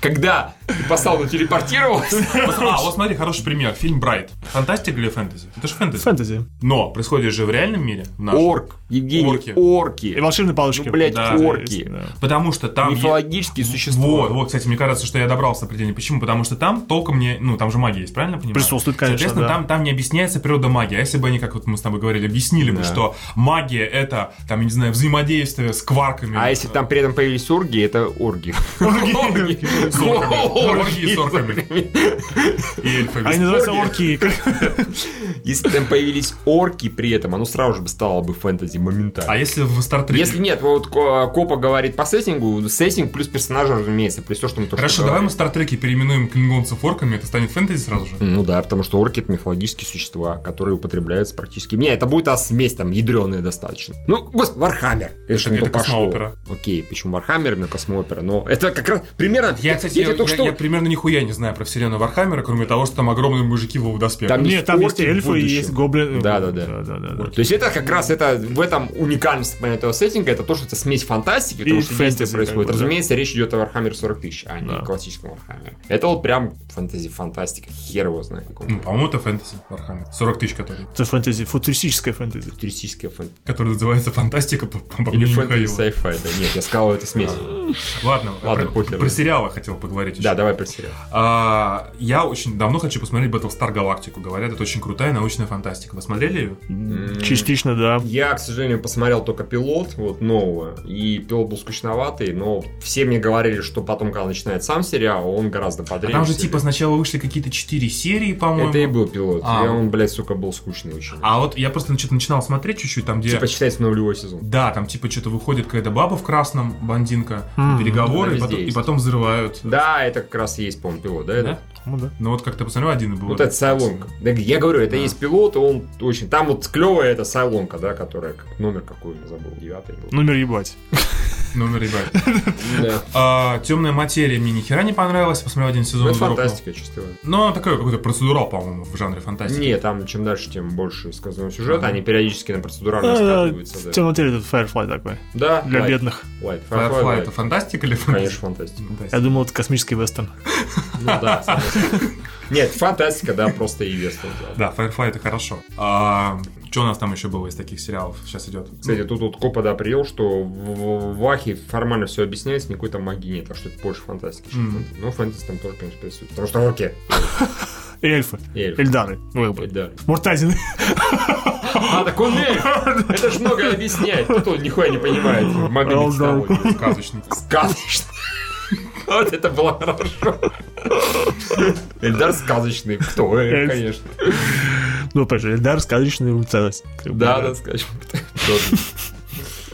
Когда ты по сауну телепортировался,
Вот, А, вот смотри, хороший пример. Фильм Брайт. Фантастика или фэнтези? Это же фэнтези.
Фэнтези.
Но происходит же в реальном мире. в нашем.
орк,
Орки.
Евгений,
И
орки.
волшебные палочки.
Ну, блядь,
Да,
орки.
Да.
Потому что там... е-
Мифологические
Вот,
существа.
вот, кстати, мне кажется, что я добрался определения. Почему? Потому что там толком не... Ну, там же магия есть, правильно я понимаю?
Присутствует, конечно,
Соответственно,
да.
там, там не объясняется природа магии. А если бы они, как вот мы с тобой говорили, объяснили бы,
Да.
что магия — это, там, я не знаю, взаимодействие с кварками.
А если там при этом появились орги, это орги.
С орками.
Орги.
Оргии с орками. И эльфами.
Они называются орки.
Если бы там появились орки при этом, оно сразу же бы стало бы фэнтези
А
моментально.
если в Стартреке?
Если нет, вот Ко- а, Копа говорит по сеттингу, сеттинг плюс персонажа, разумеется, плюс то, что мы только
Хорошо,
что
давай мы
говорили.
в Стартреке переименуем клингонцев орками, это станет фэнтези сразу же.
Ну да, потому что орки это мифологические существа, которые употребляются практически... Не, это будет а, смесь там ядреная достаточно. Ну, господи, Вархаммер.
Это-
не
это
то пошло.
космоопера.
Окей, почему Вархаммер, именно космоопера? Но это как раз примерно...
Я, кстати,
тебе
я,
только
я-
что-
я примерно нихуя не знаю про вселенную Вархаммера, кроме того, что там огромные мужики в доспехах.
Там
Нет, там есть
орки в
эльфы, и
будущем.
есть гоблины.
Да, да, да.
да.
То есть это как раз это в этом уникальность понятия этого сеттинга, это то, что это смесь фантастики, потому
И
что действие
фэнтези, как
происходит.
бы, да.
Разумеется, речь идет о Warhammer 40 тысяч, а не
Да.
классическом Warhammer. Это вот прям фэнтези, фантастика, хер его знает. какого.
Ну, по-моему, это фэнтези Вархаммер. 40 тысяч, который.
Это фэнтези, футуристическая фэнтези.
Футуристическая фэнтези.
Который называется фантастика, по, по
Или
мнению
фэнтези
Михаила.
sci-fi, да нет, я сказал, это смесь.
Ладно,
Ладно,
про,
похер.
про сериалы хотел поговорить
Да,
еще.
давай про сериал.
А, я очень давно хочу посмотреть Battlestar Галактику. Говорят, это очень крутая научная фантастика. Вы смотрели А ее?
М.
Частично, да.
Я, к сожалению, посмотрел только пилот, вот, нового, и пилот был скучноватый, но все мне говорили, что потом, когда начинает сам сериал, он гораздо
А
подрежет.
там же типа сначала вышли какие-то 4 серии, по-моему.
Это и был пилот,
А.
и он, блядь, сука, был скучный очень.
А вот я просто что-то начинал смотреть чуть-чуть, там где...
Типа считается нулевой сезон.
Да, там типа что-то выходит какая-то баба в красном, бандинка,
М,
она
переговоры, и
везде
потом, и
есть.
потом взрывают.
Да, это как раз и есть, по-моему, пилот, да? это?
Да?
Ну да.
Ну вот как-то посмотрел, один и был.
Вот это Сайлонг. Я говорю, это
Да.
есть пилот, он очень... Там вот клевая эта Сайлонка, да, которая как номер какой, забыл, девятый. был.
Номер Ну, ебать.
Номер Ну, ребят.
Да.
А, Темная материя мне нихера не понравилась, посмотрел один
Ну,
сезон.
Это
дропнул.
фантастика, честно говоря.
Ну, она такая какой-то процедурал, по-моему, в жанре фантастики.
Не, там чем дальше, тем больше сказанного сюжета.
Ага.
Они периодически на процедурах раскатываются. А, да.
Темно теле это Firefly такой.
Да,
Э, Для
лайт,
бедных.
лайт, Firefly,
Firefly
лайт.
это фантастика или фантастика?
Конечно, фантастика.
Я
Фантастика.
думал, это космический вестерн.
Ну да, согласен. Нет, фантастика, да, просто и вестерн. да.
Да, Firefly это хорошо. А, что у нас там еще было из таких сериалов? Сейчас Ну, идет.
Кстати, тут вот Копа, да, привел, что в в Вахе формально все объясняется, никакой там магии нет, а что это больше фантастики. чем
Мгм.
фэнтези. Ну, фэнтези там тоже, конечно, присутствует. Потому что орки.
И эльфы.
и эльфы.
Эльдары. Ну, как бы.
Да.
Муртазины.
А, так он эльф! Это ж много объясняет. Тут он нихуя не понимает. в мобильной
Алдар.
технологии.
Сказочный.
Сказочный. Вот это было хорошо. Эльдар сказочный. Кто? Эльф,
Эльф.
конечно.
Ну, опять же, Эльдар сказочный целость. Как бы,
Да, да, сказочный. Тоже.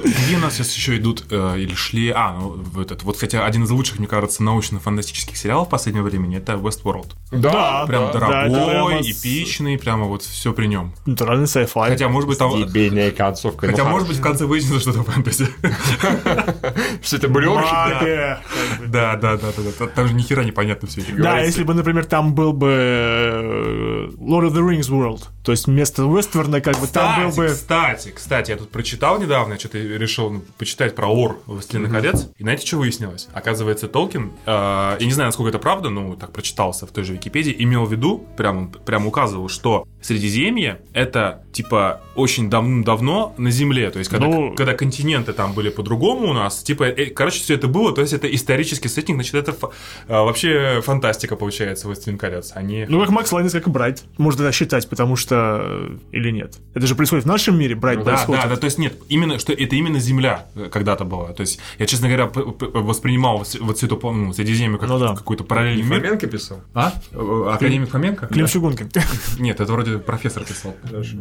Где у нас сейчас еще идут э, или шли... А, ну, в этот... Вот, хотя один из лучших, мне кажется, научно-фантастических сериалов последнего времени — это Westworld.
Да,
Прям
да,
дорогой,
это прямо с-
эпичный, прямо вот все при нем.
Натуральный sci-fi.
Хотя, может быть, там...
Дебильная концовка.
Хотя, может быть, в конце выяснится, что это фэнтези.
быть, что это брешь?
Магия.
Да, да, да, да, да. Там же нихера непонятно все это.
Да,
говорится.
если бы, например, там был бы э, Lord of the Rings World, то есть вместо Вестерна, как бы там был бы...
кстати, кстати, я тут прочитал недавно, что-то решил почитать про Ор «Властелина колец», и знаете, что выяснилось? Оказывается, Толкин, э, я не знаю, насколько это правда, но так прочитался в той же Википедии, имел в виду, прям, прям указывал, что Средиземье — это, типа, очень давным-давно на Земле, то есть, когда,
Ну-
когда континенты там были по-другому у нас, типа, э, короче, все это было, то есть, это исторический сеттинг, значит, это фа- э, вообще фантастика, получается, «Властелин колец», а не...
Ну, как Макс Ланис, как и Брайт. Можно это считать, потому что... э, Или нет. Это же происходит в нашем мире, Брайт
Ну
Да,
происходит.
да, да, то есть нет, именно, что это именно земля э, когда-то была. То есть я, честно говоря, п- п- воспринимал вс- вот всю эту ну, Средиземью как
Ну да.
какую-то параллельный мир.
Фоменко писал?
А? Э, Академик Фоменко?
Клим Чугункин.
Э, Нет, это вроде профессор писал.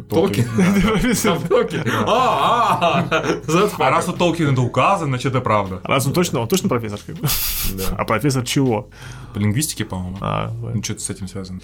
Толкин. Толкин. А, а, а, that's
А раз
fucking.
у Толкина это указано, значит это правда.
Раз он точно, он точно профессор. как бы.
Да.
А профессор чего?
По лингвистике, по-моему.
А, в-
Ну, что-то с этим связано.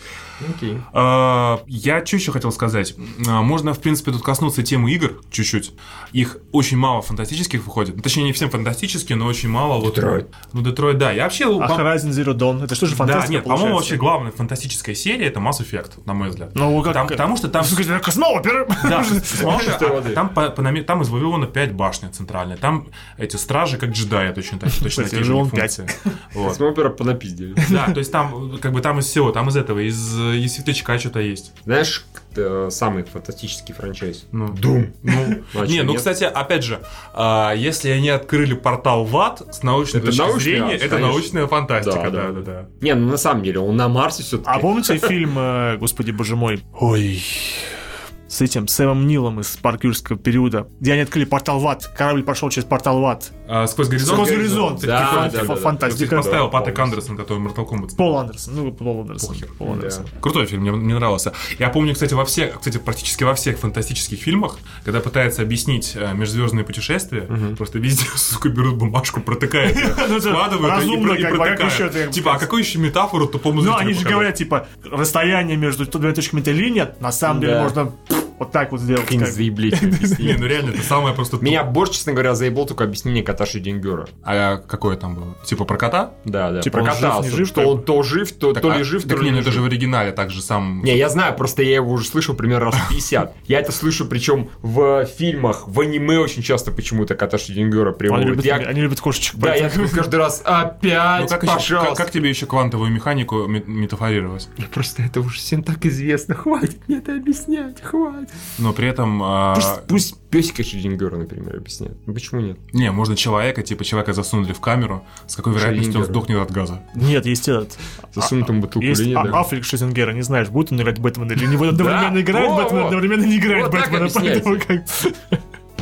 Окей.
А, Я что еще хотел сказать? А, Можно, в принципе, тут коснуться темы игр чуть-чуть. Их очень мало фантастических выходит. Ну, Точнее, не всем фантастические, но очень мало. вот-
Детройт.
Ну, Детройт, да. Я вообще...
А
по-
Horizon Zero Dawn, это что же фантастика
Да, нет, по-моему, вообще
получается?
главная фантастическая серия это Mass Effect, на мой взгляд.
Ну, как...
Там- потому что там...
Слушай, Космооперы!
Да, смотри,
Что
а-
воды.
там, по- по нами- там из Вавилона 5 башня центральная, там эти стражи как джедаи точно, так, точно
Кстати,
такие же у
Вавилон
них функции. Вот.
Космоопера понапиздили.
Да, то есть там э, как бы там из всего, там из этого, из э, из светлячка что-то есть.
Знаешь, к- э, самый фантастический франчайз?
Ну,
Дум.
ну,
А
не,
чё,
ну,
нет?
кстати, опять же, а, если они открыли портал в ад, с научной
Это
точки
научный
зрения,
ад,
это
конечно.
научная
Да,
фантастика, да,
да.
да, да.
Не, ну на самом деле, он на Марсе все-таки.
А помните фильм, э, господи боже мой, ой, с этим Сэмом Нилом из парк юрского периода, где они открыли портал в ад, корабль пошел через портал в ад.
А, Сквозь горизонт.
Сквозь горизонт.
Кстати,
Да,
прикольно.
да, да, да.
Я, кстати,
Фантастика.
поставил
Да,
Патрик
полностью.
Андерсон, который Mortal Kombat. снял.
Пол Андерсон, ну Пол Андерсон.
Похер.
Пол Андерсон.
Крутой фильм, мне, мне нравился. Я помню, кстати, во всех, кстати, практически во всех фантастических фильмах, когда пытается объяснить э, межзвездные путешествия, просто везде, сука, берут бумажку, протыкают, ее,
Ну, это
складывают и- и,
разумно,
про- и
как бы, как еще ты-
протыкают. Типа, а какую еще метафору тупому
Ну,
зрителю
они же
показать?
говорят, типа, расстояние между двумя точками этой линии, на самом деле
Да.
можно пф, вот так вот сделать.
Какие-нибудь
как бы.
заеблеть
Не,
объясни.
ну реально, это самое просто... туп-
Меня больше, честно говоря, заебал только объяснение Каташи Денгюра.
А какое там было? Типа про кота?
Да, да.
Типа,
про
он
кота,
жив, не
особенно,
жив,
что
как
он то жив, то,
Так,
то
а-
ли жив,
так
то ли
не, ну
не
это же
жив.
в оригинале так же сам...
Не, я знаю, просто я его уже слышал примерно раз 50. Я это слышу, причем в фильмах, в аниме очень часто почему-то Каташи Денгюра
Они
приводят.
любят,
Я-
они любят кошечек.
Да, я говорю каждый раз,
Ну
опять,
как, еще, как,
пожалуйста.
как тебе еще квантовую механику мет- метафорировать?
Мне Просто это уже всем так известно, хватит мне это объяснять, хватит.
Но при этом... а,
Пусть, пусть песика Шрёдингера, например, объясняет. Ну почему нет?
Не, можно человека, типа человека засунули в камеру, с какой вероятностью он
Шрёдингера.
сдохнет от газа.
Нет, есть этот.
Засунут ему бутылку
Есть
или нет?
а,
да?
Африк Шизенгера, не знаешь, будет он играть Бэтмена или не будет. Одновременно
Да,
играет
во,
Бэтмена,
во.
одновременно не играет
Вот так
Бэтмена. Поэтому как...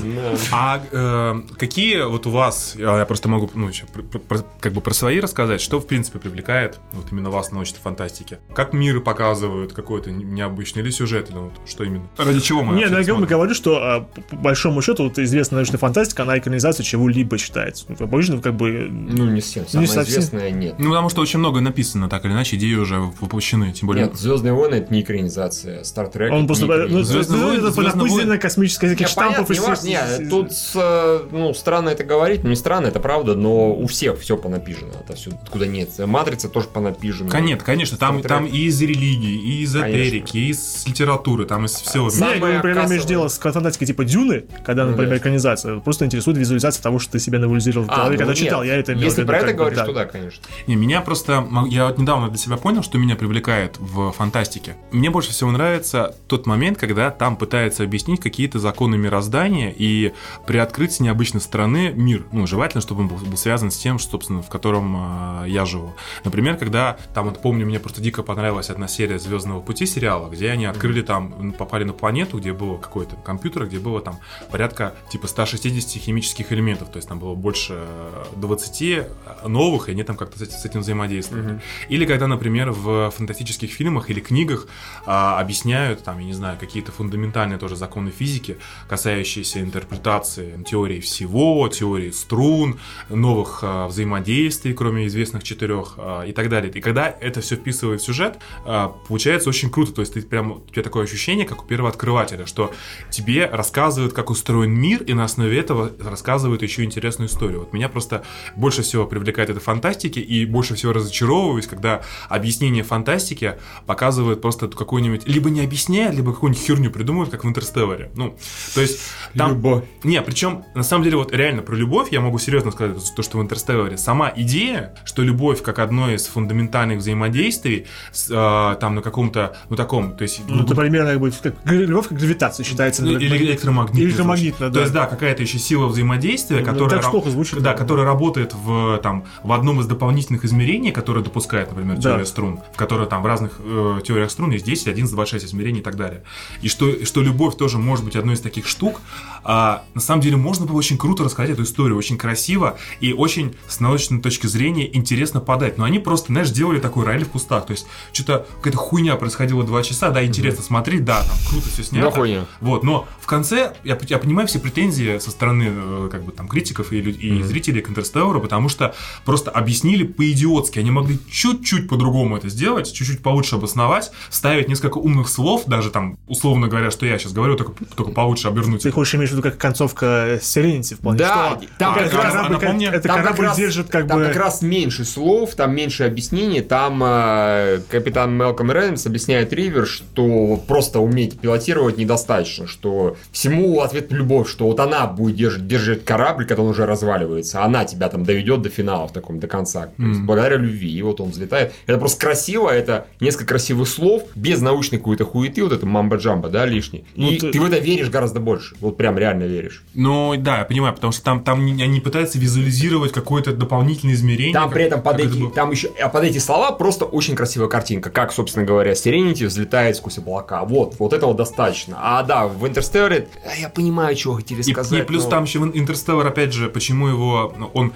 Да.
А э, какие вот у вас, я я просто могу, ну, еще пр- пр- пр- как бы про свои рассказать, что, в принципе, привлекает вот именно вас в научной фантастике? Как миры показывают какой-то не- необычный или сюжет, или вот что именно? Ради чего мы
Не,
вообще
ну, я
это
говорю,
смотрим?
говорю, что а, по по большому счету вот известная научная фантастика, она экранизация чего-либо считается. Ну, Обычно как бы...
Ну, не всем. Самое
совсем.
известное нет.
Ну, потому что очень много написано, так или иначе, идеи уже воплощены, тем более...
Нет, Звездные войны это не экранизация. Стартрек.
Он просто... Ну,
«Звездные войны»,
это
«Звездные
понапузданная
войны».
космическая всяких штампов. и
не важно,
всех-
не, тут, э, ну, странно это говорить, не странно, это правда, но у всех все понапижено отовсюду, откуда нет. Матрица тоже понапижена.
Конечно, конечно, там,
Смотрю.
там и из религии, и из эзотерики,
Конечно.
и из литературы, там из всего.
сам-
Не, я говорю,
Самое
например, имеешь
кассовое.
дело с фантастикой типа Дюны, когда,
Ну,
например,
да.
экранизация. Просто интересует визуализация того, что ты себе навизировал в голове,
ну,
когда
нет.
читал. Я это имел в
Если
виду,
про это
как бы,
говоришь,
да.
то да, конечно.
Не, меня просто... м- Я вот недавно для себя понял, что меня привлекает в фантастике. Мне больше всего нравится тот момент, когда там пытаются объяснить какие-то законы мироздания и приоткрыть с необычной стороны мир. Ну, желательно, чтобы он был, был связан с тем, что, собственно, в котором а, я живу. Например, когда там, вот помню, мне просто дико понравилась одна серия «Звездного пути» сериала, где они открыли там, ну, попали на планету, где было какой-то компьютер, где было там порядка типа 160 химических элементов, то есть там было больше э, 20 новых, и они там как-то с эти- с этим взаимодействовали. Или когда, например, в фантастических фильмах или книгах а, объясняют, там, я не знаю, какие-то фундаментальные тоже законы физики, касающиеся интерпретации м, теории всего, теории струн, новых а, взаимодействий, кроме известных четырех а, и так далее. И когда это все вписывает в сюжет, а, получается очень круто. То есть ты прям, у тебя такое ощущение, как у первооткрывателя, что тебе рассказывают, как устроен мир, и на основе этого рассказывают еще интересную историю. Вот меня просто больше всего привлекает это фантастики, и больше всего разочаровываюсь, когда объяснение фантастики показывают просто какую-нибудь... Либо не объясняют, либо какую-нибудь херню придумывают, как в Интерстелларе. Ну, то есть там...
любовь.
Не, причем, на самом деле, вот реально про любовь я могу серьезно сказать, то, что в Интерстелларе сама идея, что любовь как одно из фундаментальных взаимодействий, с, э, там на каком-то, ну таком, то есть...
Ну, это примерно как бы как, гра- любовь как гравитация считается.
Ну,
например,
или электромагнитно.
электромагнитно,
То
да.
есть, да, какая-то еще сила взаимодействия,
Ну,
которая,
так
раб-
плохо звучит.
да, которая работает в, там, в одном из дополнительных измерений, которое допускает, например,
Да.
теория струн, в которой там в разных э, теориях струн есть 10, 11, 26 измерений и так далее. И что, что любовь тоже может быть одной из таких штук. А, на самом деле, можно было очень круто рассказать эту историю, очень красиво и очень с научной точки зрения интересно подать. Но они просто, знаешь, делали такой ралли в кустах. То есть, что-то какая-то хуйня происходила два часа, да, интересно смотреть, да, там круто все снято.
Да хуйня.
Вот, но в конце я, я понимаю все претензии со стороны э, как бы там критиков и, лю- и
Мгм.
зрителей к Интерстеллару, потому что просто объяснили по-идиотски. Они могли чуть-чуть по-другому это сделать, чуть-чуть получше обосновать, ставить несколько умных слов, даже там, условно говоря, что я сейчас говорю, только, только получше обернуть.
Ты хочешь иметь в виду как концовка Serenity в плане,
Да,
что
там
как
как раз-
корабль-
а напомни,
это
Там
корабль
как раз-
держит как
там
бы...
как раз меньше слов, там меньше объяснений. Там э, капитан Мелком Рэнс объясняет Ривер, что просто уметь пилотировать недостаточно, что всему ответ любовь, что вот она будет держать, держать корабль, когда он уже разваливается, а она тебя там доведет до финала в таком, до конца. То есть
Мгм.
благодаря любви. И вот он взлетает. Это просто красиво, это несколько красивых слов, без научной какой-то хуеты, вот это мамба-джамба, да, лишний.
Ну,
и
ты-
ты в это веришь гораздо больше. Вот прям реально веришь.
Ну да, я понимаю, потому что там, там не- они пытаются визуализировать какое-то дополнительное измерение.
Там
как-
при этом под
как это
эти,
было.
там еще, а под эти слова просто очень красивая картинка, как, собственно говоря, Serenity взлетает сквозь облака. Вот, вот этого достаточно. А да, в Интерстелларе, э, я понимаю, чего хотели
И,
сказать.
и плюс
но-
там еще в Интерстеллар, опять же, почему его ну, он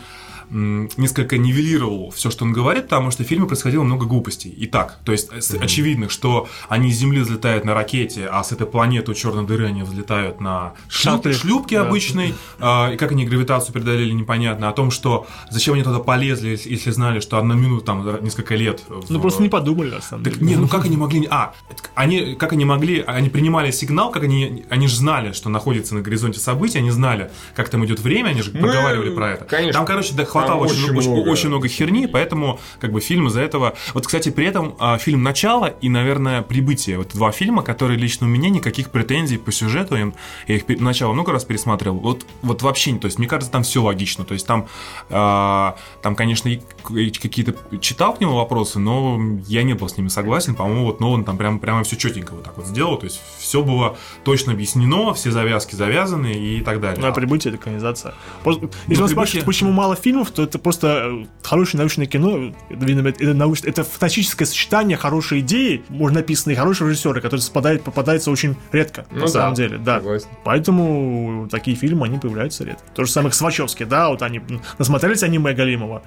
м, несколько нивелировал все, что он говорит, потому что в фильме происходило много глупостей. И так, то есть с- очевидно, что они с Земли взлетают на ракете, а с этой планеты у черной дыры они взлетают на шлюп,
Шаттле.
шлюпке
Да.
обычной. А, и как они гравитацию преодолели, непонятно. О том, что зачем они туда полезли, если, если знали, что одна минута там р- несколько лет. в-
Ну, просто не подумали, на самом
так
деле.
не, ну как они могли... А, они, как они могли... Они принимали сигнал, как они... Они же знали, что находится на горизонте событий, они знали, как там идет время, они же
Мы-
проговаривали про это.
Ну, конечно.
там, короче, да,
Там
хватало очень,
очень
очень-
много.
очень много херни, поэтому как бы фильм из-за этого... Вот, кстати, при этом а, фильм «Начало» и, наверное, «Прибытие». Вот два фильма, которые лично у меня никаких претензий по сюжету им... Я их пе- «Начало» много раз пересматривал. Вот, вот вообще не... То есть, мне кажется, там все логично. То есть, там... а, там, конечно, и к- и какие-то... Читал к нему вопросы, но я не был с ними согласен. По-моему, вот Нолан там прям, прямо все четенько вот так вот сделал. То есть, все было точно объяснено, все завязки завязаны и так далее.
Ну,
На
А-
прибытие Ну, это экранизация. Просто- Если
«Прибытие».
вас спрашивают, почему мало фильмов, то это просто э, хорошее научное кино. Это, видно, это, научное- это фантастическое сочетание хорошей идеи, можно написанной, и хорошего режиссера, который совпадает, попадается очень редко,
Ну
на самом
да,
деле. Да.
согласен.
Поэтому такие фильмы, они появляются редко. То же самое Свачевски, да, вот они м, насмотрелись аниме Галимова.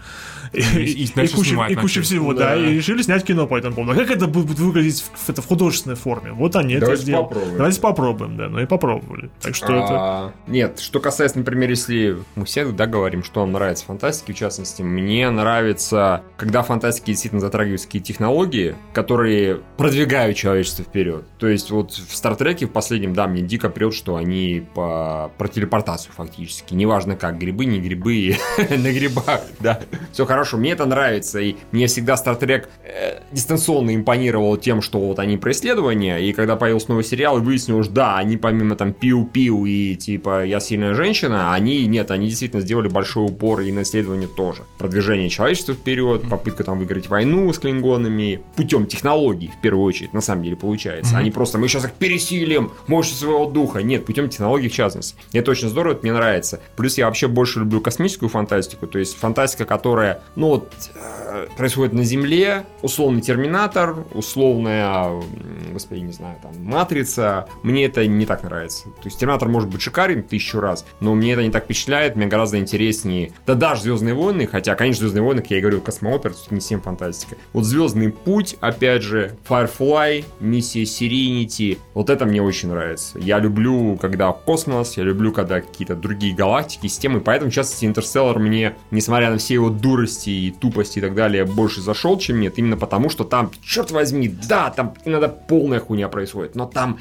И,
Ну, и дальше
куча,
снимать
и куча
начали.
всего, да.
Да.
и решили снять кино по этому поводу. А как это будет выглядеть в, это в художественной форме? Вот они это
Давайте
сделали.
попробуем.
Давайте попробуем, да. Ну и попробовали. Так что это...
А, Нет, что касается, например, если мы все да, говорим, что нам нравится фантастики, в частности, мне нравится, когда фантастики действительно затрагивают какие-то технологии, которые продвигают человечество вперед. То есть вот в Стартреке в последнем, да, мне дико прет, что они по... про телепортацию фактически. Неважно как, грибы, не грибы, на грибах, да. Все хорошо, мне это нравится, и мне всегда Стартрек дистанционно импонировал тем, что вот они про исследования, и когда появился новый сериал, и выяснилось, что да, они помимо там пиу-пиу и типа «Я сильная женщина», они, нет, они действительно сделали большой упор и на исследование тоже. Продвижение человечества вперед, попытка там выиграть войну с клингонами, путем технологий в первую очередь, на самом деле, получается.
Мгм.
Они просто, мы сейчас их пересилим, мощь своего духа. Нет, путем технологий в частности. Это очень здорово, это мне нравится. Плюс я вообще больше люблю космическую фантастику, то есть фантастика, которая, ну вот, э, происходит на Земле, условный Терминатор, условная, м, господи, не знаю, там, Матрица. Мне это не так нравится. То есть Терминатор может быть шикарен тысячу раз, но мне это не так впечатляет, мне гораздо интереснее. Да даже Звездные войны, хотя, конечно, Звездные войны, как я и говорю, космоопер, тут не всем фантастика. Вот Звездный путь, опять же, Firefly, миссия Serenity, вот это мне очень нравится. Я люблю, когда космос, я люблю, когда какие-то другие галактики, системы, поэтому, в частности, Интерстеллар мне, несмотря на все его дурости и тупости и так далее, больше зашел, чем нет, именно потому, потому что там, черт возьми, да, там иногда полная хуйня происходит, но там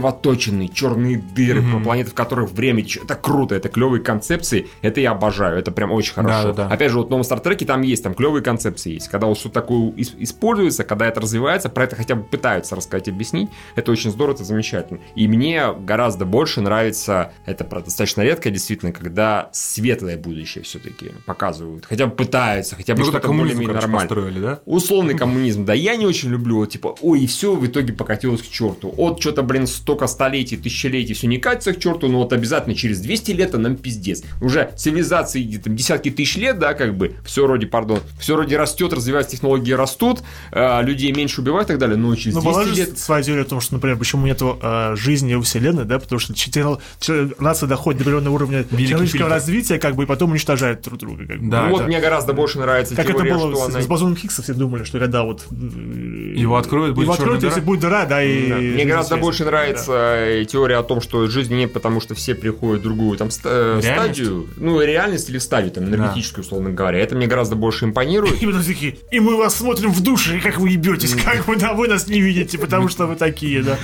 прочервоточенные черные дыры,
Мгм.
про планеты, в которых время... ч- Это круто, это клевые концепции, это я обожаю, это прям очень хорошо.
Да-да-да.
Опять же, вот в новом Стартреке там есть, там клевые концепции есть. Когда вот что-то такое ис- используется, когда это развивается, про это хотя бы пытаются рассказать, объяснить, это очень здорово, это замечательно. И мне гораздо больше нравится, это правда, достаточно редко, действительно, когда светлое будущее все-таки показывают. Хотя бы пытаются, хотя бы
Ну,
что-то
так коммунизм,
более-менее
короче,
нормально.
построили, да?
Условный коммунизм, да, я не очень люблю, вот, типа, ой, и все в итоге покатилось к черту. Вот что-то, блин, столько столетий, тысячелетий, все не катится к черту, но вот обязательно через 200 лет а нам пиздец. Уже цивилизации где-то там десятки тысяч лет, да, как бы, все вроде, пардон, все вроде растет, развиваются технологии, растут, а, людей меньше убивают и так далее, но через
Ну, была
200
же
лет...
своя теория о том, что, например, почему нет э, жизни у Вселенной, да, потому что четырнадцать- че- нация доходит до определенного уровня
фильтр.
технологического развития, как бы, и потом уничтожает друг друга. как бы.
Да,
Ну вот
это-
мне гораздо больше нравится
Как это
теория,
было
что
с,
она...
с бозоном Хиггса, все думали, что когда вот... Его
Его откроют, будет
Его
черная
откроют,
дыра.
если будет дыра, да, и...
Да. Мне
жизнь
гораздо
исчезнет.
больше нравится э, теория о том, что жизни нет, потому что все приходят в другую там ст- э,
Реальность?
стадию. Ну, реальность или стадию, там, энергетическую, условно говоря. Это мне гораздо больше импонирует.
И потом такие, и мы вас смотрим в душе, и как вы ебетесь, как вы, да, вы нас не видите, потому что вы такие, да.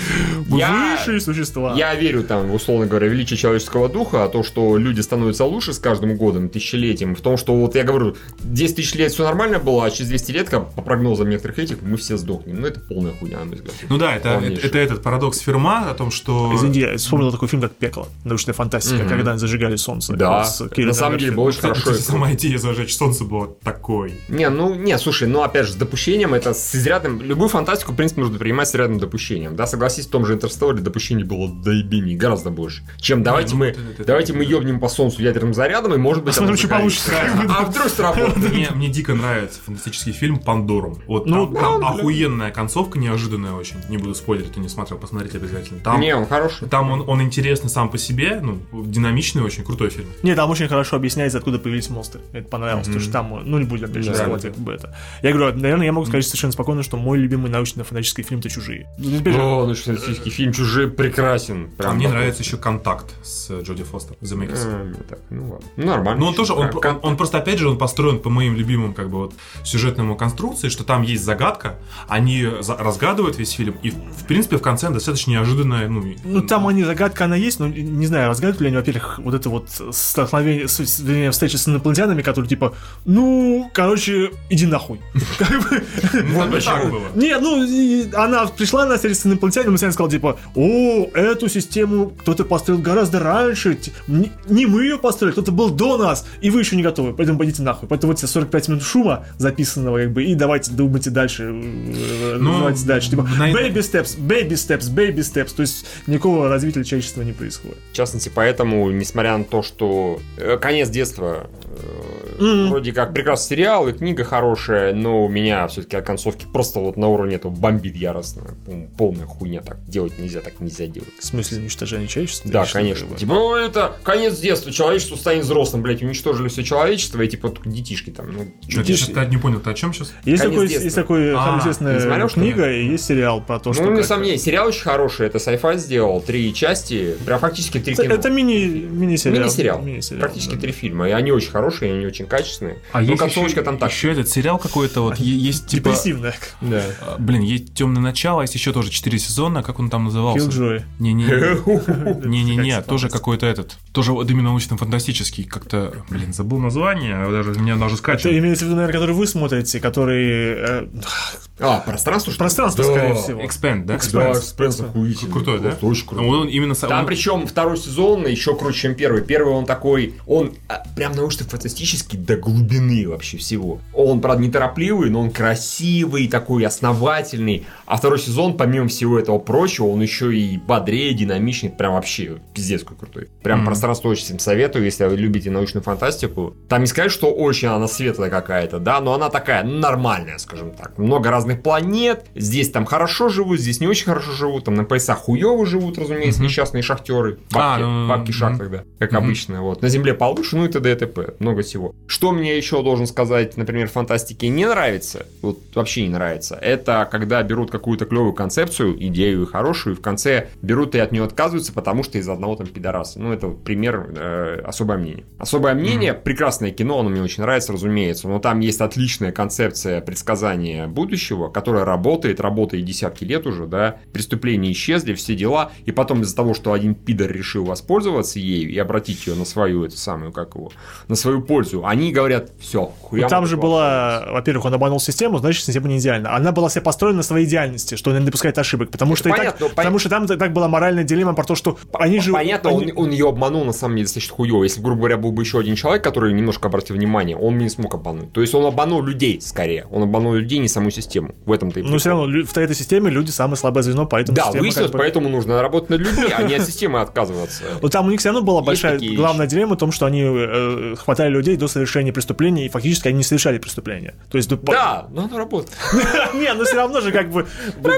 Вы
Я-
высшие существа.
Я верю там, условно говоря, в величие человеческого духа, а то, что люди становятся лучше с каждым годом, тысячелетием, в том, что вот я говорю, 10 тысяч лет все нормально было, а через 200 лет, как по прогнозам некоторых этих, мы все сдохнем. Ну, это полная хуйня, на мой взгляд.
Ну да, это,
Полнейший.
это, это этот парадокс Ферма о том, что...
Извини, я вспомнил такой фильм, как «Пекло», научная фантастика,
Мгм.
когда зажигали солнце.
Да,
С Кириллом
на самом деле
Рэдклиффом.
было очень
Кстати,
хорошо.
кстати, сама идея зажечь солнце была такой.
Не, ну, не, слушай, ну, опять же, с допущением, это с изрядным, любую фантастику, в принципе, нужно принимать с изрядным допущением, да, согласись, в том же Интерстелларе допущений было доебений гораздо больше, чем давайте
ну,
мы,
это- это-
давайте мы ёбнем по солнцу ядерным зарядом, и, может быть, оно
Посмотрим, что
загорится.
получится. как бы,
А
да.
вдруг сработает?
Мне, мне дико нравится фантастический фильм «Пандорум». Вот
Ну,
там, там
да, бля.
охуенная концовка, неожиданная очень. Не буду спойлерить, кто не смотрел, посмотрите обязательно. Там,
Не, он хороший.
там он, он интересный сам по себе, ну, динамичный, очень крутой фильм.
Не, там очень хорошо объясняется, откуда появились монстры. Это понравилось, потому что там, ну, не будем опять же
Да.
раскрывать как бы это. Я говорю, наверное, я могу сказать совершенно спокойно, что мой любимый научно-фантастический фильм «То чужие». Ну, теперь же-
О, ну, фантастический фильм «Чужие» прекрасен.
А
Прям
мне
такой.
нравится еще «Контакт» с Джоди Фостер, The Makers.
Эм, так, Ну, ладно. Ну, нормально.
Но он тоже, он,
Как-
он- он просто, опять же, он построен по моим любимым, как бы, вот, сюжетному конструкции, что там есть загадка, они за- разгадывают весь фильм, и, в принципе, в конце достаточно неожиданная, ну... и-
Ну, там они, загадка она есть, но не знаю, разгадывают ли они, во-первых, вот это вот столкновение, с- с- вернее, встреча с инопланетянами, которые типа, ну, короче, иди нахуй. Как бы,
Ну, там и
почему.
так было.
Не, ну, и она пришла на встречу с инопланетянином, и сказал, типа, о, эту систему кто-то построил гораздо раньше, т- не не мы ее построили, кто-то был до нас, и вы еще не готовы, поэтому пойдите нахуй. Поэтому вот тебе 45 минут шума записанного, как бы, и давайте думайте дальше, э,
Ну,
развивайтесь дальше. Типа,
на-
baby steps, baby steps, baby steps, то есть никакого развития человечества не происходит.
В частности, поэтому, несмотря на то, что э, конец детства э,
Мгм.
вроде как прекрасный сериал и книга хорошая, но у меня все-таки от концовки просто вот на уровне этого бомбит яростно. М, Полная хуйня так делать нельзя, так нельзя делать.
В смысле уничтожения человечества?
Да, конечно. Типа, «О, это конец детства, человечество станет взрослым, блять, уничтожили все человечество, и типа тут детишки там. Ну,
Чё, я
детишки.
сейчас не понял, ты о чем сейчас?
Есть
Конец
такой,
детства.
есть такой
А,
самая
ты
известная
смотрел, что ли?
книга и есть сериал про то, что...
ну,
как-
несомненно, сериал очень хороший, это sci сделал, три части, прям фактически три
Это,
кино.
это мини, мини-сериал.
Мини-сериал.
Мини-сериал,
Практически
да. А
три фильма, и они очень хорошие, и они очень качественные.
А
ну, концовочка там так.
Еще этот сериал какой-то, вот, е- есть, типа...
Депрессивная.
Да.
а, Блин, есть темное начало, есть еще тоже четыре сезона, как он там назывался?
Киллджой.
Не-не-не. Не-не-не,
Фантастика.
тоже какой-то этот. Тоже вот именно научно-фантастический. Как-то, блин, забыл название. а Даже у меня даже скачет.
Это имеется в виду, наверное, который вы смотрите, который... э,
А, пространство, что ли?
пространство,
Да.
скорее всего.
Экспенд, да?
Да,
Экспенс.
Экспенс охуительный.
Крутой, да?
Просто Очень
А
крутой.
Он именно... со-
Там
он-
причем второй сезон еще круче, чем первый. Первый он такой, он а, прям научно-фантастический до глубины вообще всего. Он, правда, неторопливый, но он красивый, такой основательный. А второй сезон, помимо всего этого прочего, он еще и бодрее, динамичный, прям вообще пиздец какой крутой. Прям
Мгм.
пространство очень всем советую, если вы любите научную фантастику. Там не сказать, что очень она светлая какая-то, да, но она такая ну, нормальная, скажем так. Много разных планет, здесь там хорошо живут, здесь не очень хорошо живут, там на поясах хуёво живут, разумеется,
Мгм.
несчастные шахтеры, бабки,
А, ну,
бабки
мгм.
шахтах, да, как
Мгм.
обычно, вот. На земле получше, ну и т.д. и т.п. Много всего. Что мне еще должен сказать, например, фантастике не нравится, вот вообще не нравится, это когда берут какую-то клевую концепцию, идею хорошую, и в конце берут и от нее отказываются, потому что из-за одного там пидораса. Ну, это пример э, особое мнение. Особое мнение, mm-hmm. прекрасное кино, оно мне очень нравится, разумеется, но там есть отличная концепция предсказания будущего, которая работает, работает десятки лет уже, да, преступления исчезли, все дела, и потом из-за того, что один пидор решил воспользоваться ею и обратить ее на свою, эту самую, как его, на свою пользу, они говорят, все,
хуя. Там же была, во-первых, он обманул систему, значит, система не идеальна. Она была себе построена на своей идеальности, что она не допускает ошибок, потому что,
понятно,
и так,
ну,
потому что там так была моральная дилемма про то, что они же...
Понятно,
они-
он, он ее обманул на самом деле достаточно хуево. Если, грубо говоря, был бы еще один человек, который немножко обратил внимание, он бы не смог обмануть. То есть он обманул людей скорее. Он обманул людей, не саму систему. В этом-то и
Но все
прикол.
равно лю- в этой системе люди самое слабое звено, поэтому
Да,
система
выяснилось,
как бы-
поэтому нужно работать над людьми, а не от системы отказываться.
Вот там у них все равно была
Есть
большая
такие
главная дилемма в том, что они э, хватали людей до совершения преступления, и фактически они не совершали преступления. То есть, до-
Да, но оно работает.
Не, ну все равно же как бы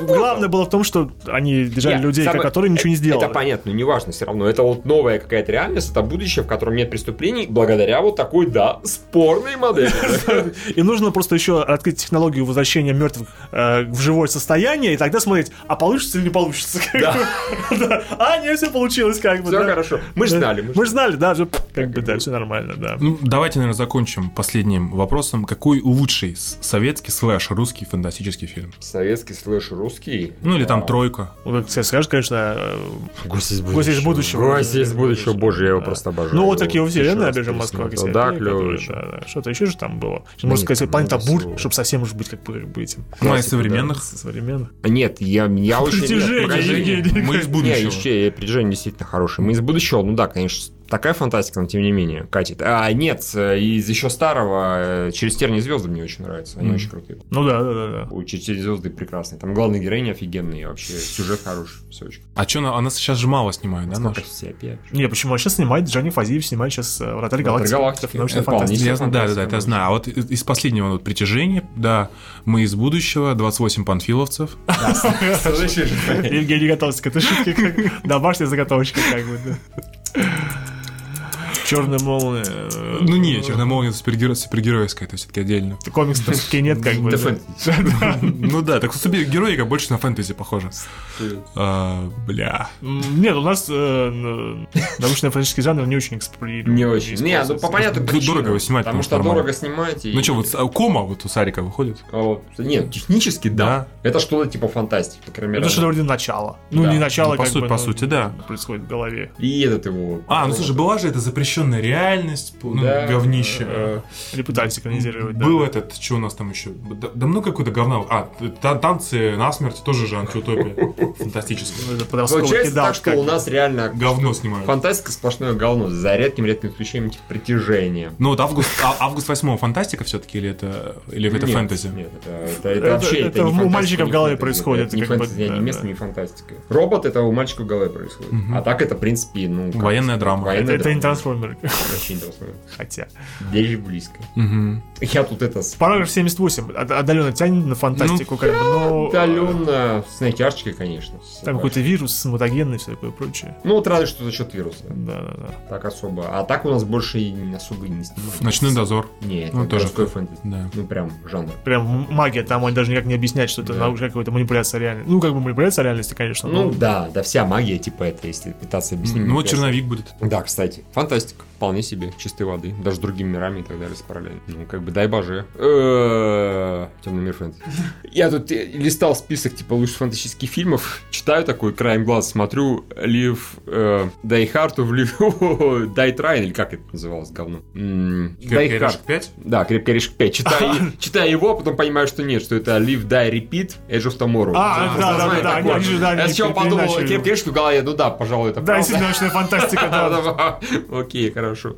главное было в том, что они держали
Нет,
людей,
самое-
которые ничего не
э-
сделали.
Это понятно, неважно все равно. Это вот новая какая-то реальность, это будущее, в котором нет преступлений, благодаря вот такой, да, спорной модели.
Им нужно просто еще открыть технологию возвращения мертвых э, в живое состояние и тогда смотреть, а получится или не получится. как
Да.
бы. Да. А, не, все получилось как бы.
Все
да.
хорошо. Мы же
Да.
знали. мы ж
Мы ж знали, да, же, как бы, да, все нормально, да.
Ну, давайте, наверное, закончим последним вопросом. Какой лучший с- советский слэш русский фантастический фильм?
Советский слэш русский.
Ну, или там
А.
тройка.
Ну, как ты скажешь, конечно, э,
Гость из
Гость из будущего.
Гость из будущего, боже, я его
Да.
просто обожаю.
Ну, вот такие
Его
его вселенная,
тысячу
опять же,
раз
Москва.
пересмотрел.
Кассиопея,
Да,
которые,
клево.
да, да. Что-то еще же там было.
Ну,
Можно сказать,
много
планета Бур,
всего.
чтобы совсем, может быть, как бы быть.
Ну, а из
Классика,
современных?
Со современных.
Нет, я, я очень... нет,
Притяжение,
«Притяжение».
Евгений.
Мы из
Не,
будущего.
еще притяжение действительно хорошее. Мы из будущего, ну да, конечно, такая фантастика, но тем не менее, катит. А, нет, э, из еще старого э, «Через тернии звезды» мне очень нравится. Они
Мгм.
очень крутые.
Ну да, да, да, да.
Ой, «Через звезды» прекрасные. Там главные героини офигенные вообще. Сюжет хороший, все очень.
А что, она сейчас же мало снимает, да, наша?
Сколько все опять.
Не, почему? А сейчас снимает Джанни Фазиев, снимает сейчас э,
«Вратарь
«Вратарь галактики».
галактики».
Научная
Это вполне
фантастика.
себе
Я знаю, да, да, да,
фантастика.
это я знаю. А вот и- из последнего вот притяжения, да, мы из будущего, 28 панфиловцев.
Евгений готовился к этой шутке, как домашняя заготовочка, как бы, да. Черная молния. э,
Ну не, черномолния это супергеро- супергеройская, это все-таки отдельно.
Комикс там все-таки нет, как бы.
Да
да.
фэнтези.
Ну да, так супергероика больше на фэнтези похоже. А, Бля.
М, Нет, у нас э, н- научно-фантастический жанр не очень эксплуатирует.
Не очень. Не, ну по понятным
Д- дорого
причинам.
его снимать,
Потому
потому
что
что
дорого
нормально.
снимать. и-
Ну что, вот с- а, кома вот у Сарика выходит?
А вот, Нет, технически да. Это что-то типа фантастики, по крайней мере.
Это что-то вроде начала. Ну,
Да.
не начало,
Ну, по
как
сути-
бы,
по
ну,
сути, да.
Происходит в голове.
И этот его.
А, ну слушай, была же эта запрещенная реальность, ну,
Да,
говнище.
э,
Или пытались экранизировать, да.
Был этот, что у нас там еще? Да, да много какой-то говна. А, та- танцы насмерть тоже же антиутопия. Фантастическая.
Ну, это подростковый
Получается
кидал,
так, что
как
у
бы.
нас реально
Говно снимают.
фантастика сплошное говно, за редким-редким исключением типа притяжения.
Ну вот август, а- август 8 фантастика все-таки или это, или это
Нет,
фэнтези?
Нет, это, это- это
Это-
вообще
это
это не
у
фантастика,
мальчика в
не
голове
фэнтези.
происходит,
Это не
как бы,
фантастика,
да,
не место,
да.
не фантастика. Робот это у мальчика в голове происходит.
Мгм.
А так это, в принципе, ну... как-
Военная драма.
Это,
Военная
это не
драма.
трансформеры.
Вообще не трансформер.
Хотя.
Даже близко.
Мгм.
Я тут это...
Параграф 78. Отдаленно тянет на фантастику,
Ну,
как бы, но... э,
Удаленно, с натяжечкой, конечно. с
Там какой-то вирус, мутагенный, все такое прочее.
Ну, вот разве что за счет вируса.
Да, да, да.
Так особо. А так у нас больше и не- особо и не снимают.
Ночной дозор.
Нет,
Ну,
это
тоже
городской фэнтези.
Да.
Ну, прям жанр.
Прям м- магия, там они даже никак не объясняют, что это
Да.
наука, какая-то манипуляция реальности. Ну, как бы манипуляция реальности, конечно.
Ну,
но-
да, да вся магия, типа, это, если пытаться объяснить.
Ну вот
интересно.
черновик будет.
Да, кстати, фантастика, вполне себе, чистой воды, даже с другими мирами и так далее справляли. Ну, как бы, дай боже. Темный мир фэнтези. Я тут э, листал список, типа, лучших фантастических фильмов, читаю такой, краем глаз смотрю, э, Лив Дай Харту в Лив Дай Трайн, или как это называлось, говно? Дай Хард.
5?
Да, «Крепкий орешек 5». Читаю, читаю его, а потом понимаю, что нет, что это «Live, Die, Repeat», «Edge of Tomorrow».
А,
Ну,
да,
это
да,
название
да,
такое.
они же, да,
Я
они
сначала
пере-
подумал
переначали.
«Крепкий орешек» в голове, ну да, пожалуй, это
Да,
правда.
действительно, научная фантастика, да.
Окей, хорошо.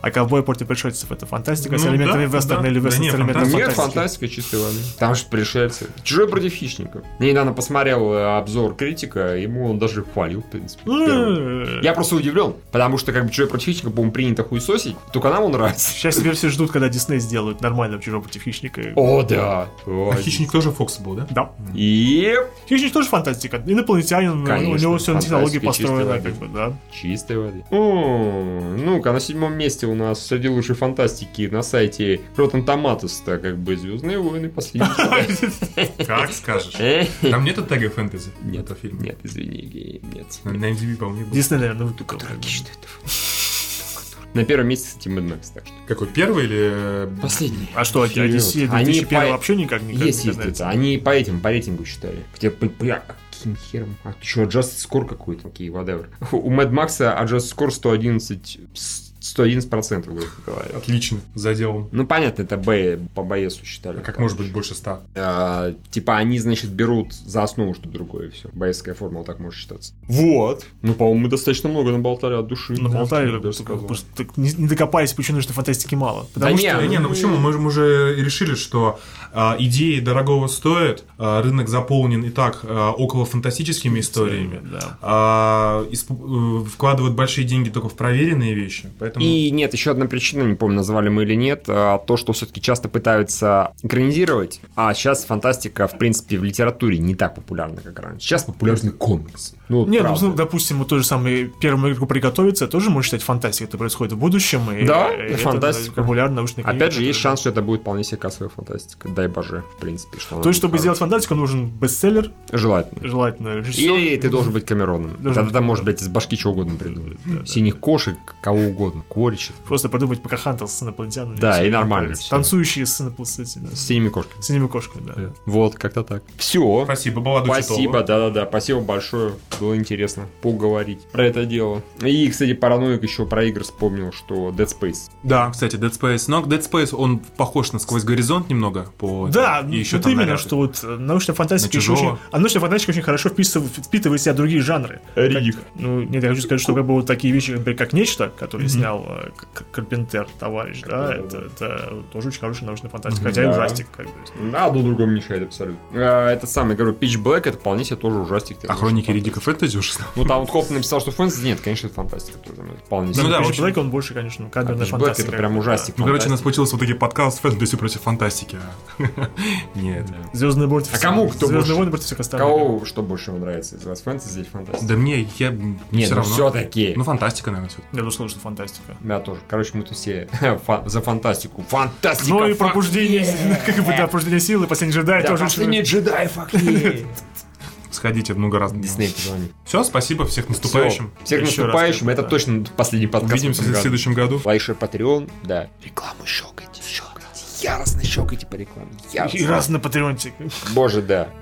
А ковбой против пришельцев это фантастика с
Ну,
элементами
да,
вестерна
да.
или
Да
вестерн
не,
с элементами
фантастика.
Нет,
фантастики.
фантастика чистой воды. Там же пришельцы. Чужой против хищников. Я недавно посмотрел э, обзор критика, ему он даже хвалил, в принципе. первый.
М.
Я просто удивлен, потому что как бы чужой против хищника, по-моему, принято хуесосить, только нам он нравится.
Сейчас теперь все ждут, когда Дисней сделают нормально «Чужого против хищника.
О, да. Ой.
А хищник тоже Фокс был, да?
Да.
И
Хищник тоже фантастика. Инопланетянин, ну,
Конечно,
у него все на технологии
фантастика, чистая
построено,
вода.
как бы, да.
Чистой воды. О, ну-ка, на седьмом месте у у нас среди лучшей фантастики на сайте Rotten Tomatoes, то как бы Звездные войны последние.
Как скажешь. Там нету тега фэнтези?
Нет,
Это фильм.
нет, извини, Евгений, нет.
На на MDB, по-моему, не было.
Дисней, наверное, выкупил.
На первом месте, кстати, Mad Max, так что.
Какой, первый или... э,
Последний.
А что, а
Вперед.
DC
Они
2001
по-
вообще никак не
Есть лестница. Они по этим, по рейтингу считали. Где п- бля, а каким хером? А еще Adjusted Score какой-то. Окей, whatever. У Mad Max Adjusted Score 111... 111 процентов, грубо говоря.
Отлично, за делом.
Ну, понятно, это Б, по Боесу считали.
А Как может быть больше ста?
А, типа, они, значит, берут за основу что-то другое, и все. Боевская формула так может считаться. Вот. Ну, по-моему, мы достаточно много наболтали от души.
На Болтаре
Да,
просто так не, не докопались, почему что фантастики мало. Потому
А не,
что
Да не, ну
мы-
почему? Мы, же- мы же решили, что а, идеи дорогого стоят, а, рынок заполнен и так а, около фантастическими историями.
Да.
А, исп- э, вкладывают большие деньги только в проверенные вещи, поэтому...
И нет, еще одна причина, не помню, называли мы или нет, а, то, что все-таки часто пытаются экранизировать, а сейчас фантастика, в принципе, в литературе не так популярна, как раньше. Сейчас популярны комиксы. Ну, вот
Не, ну,
правда.
ну, допустим, вот то же самое первому игроку приготовиться, тоже можно считать фантастикой, это происходит в будущем. И,
Да,
и
это
это
фантастика.
популярная научная книга,
Опять же, есть
которая-
шанс, что это будет вполне себе кассовая фантастика. Дай боже, в принципе, что она
То
будет
есть, чтобы
хорошей.
сделать фантастику, нужен бестселлер,
Желательно.
желательно режиссер.
Или ты должен быть Камероном.
Должен
Тогда
быть
ты можешь,
Камероном.
блядь, из башки чего угодно придумать.
Э, Да, да,
Синих кошек, кого угодно, коричев.
Просто подумать Покахантас с инопланетянами.
Да,
Всё.
и нормально всё.
Танцующие с инопланетянами.
С синими кошками.
С ними кошками,
Э,
да.
Вот, как-то так. Все.
Спасибо, Баладу
Спасибо, да-да-да, спасибо большое. Было интересно поговорить про это дело. И, кстати, параноик еще про игры вспомнил, что Dead Space.
Да, кстати, Dead Space. Но Dead Space, он похож на «Сквозь горизонт» немного. По
Да,
и
ну,
еще
вот
там
именно,
наряды.
что вот э, научная фантастика
На
еще
чужого.
очень... А научная фантастика очень хорошо вписыв- впитывает в себя другие жанры.
Рик.
Как- ну, нет, я хочу сказать, что как бы вот такие вещи, например, как «Нечто», который снял э, К- К- Карпентер, товарищ, да,
Карпентер,
это, это тоже очень хорошая научная фантастика,
Мгм.
хотя и
Да. Ну
ужастик, как бы.
Да, одно другому мешает абсолютно. А, это самое, говорю, Pitch Black, это вполне себе тоже ужастик.
А «Хроники Риддика Фэнтези» ужасно.
Ну, там вот Хоп написал, что фэнтези. Нет, конечно, это фантастика тоже. ну, Вполне
Ну
себе.
да,
«Пич
очень-
Блэк», он больше, конечно,
А
камерная
Pitch Black
фантастика.
это прям ужастик.
Ну, короче, у нас
фантастика.
получился вот таки подкаст «Фэнтези против фантастики». а. Нет.
Звездные войны. против
А
всех-
кому кто больше?
Звездные войны против всех остальных.
Кого что больше вам нравится? Из вас фэнтези или фантастика?
Да мне, я...
Нет,
всё
ну
равно.
все-таки.
Ну, фантастика, наверное, все
Я бы сказал, что фантастика.
Да, тоже. Короче, мы тут все фа- за фантастику. Фантастика!
Ну и
фак-
пробуждение, как бы, да, пробуждение силы, последний джедай
Да,
тоже.
последний джедай, фак yeah.
Сходите много раз.
Дисней позвони.
Все, спасибо, всех наступающим.
Всех
Еще раз
наступающим.
как бы,
Это
да.
точно последний подкаст. в
Увидимся
этом
в
году.
следующем году.
Лайк, шер, Patreon, да. Рекламу щелкайте, щелкайте. Яростно щелкайте по рекламе.
И
Яростно.
раз на патреончик.
Боже, да.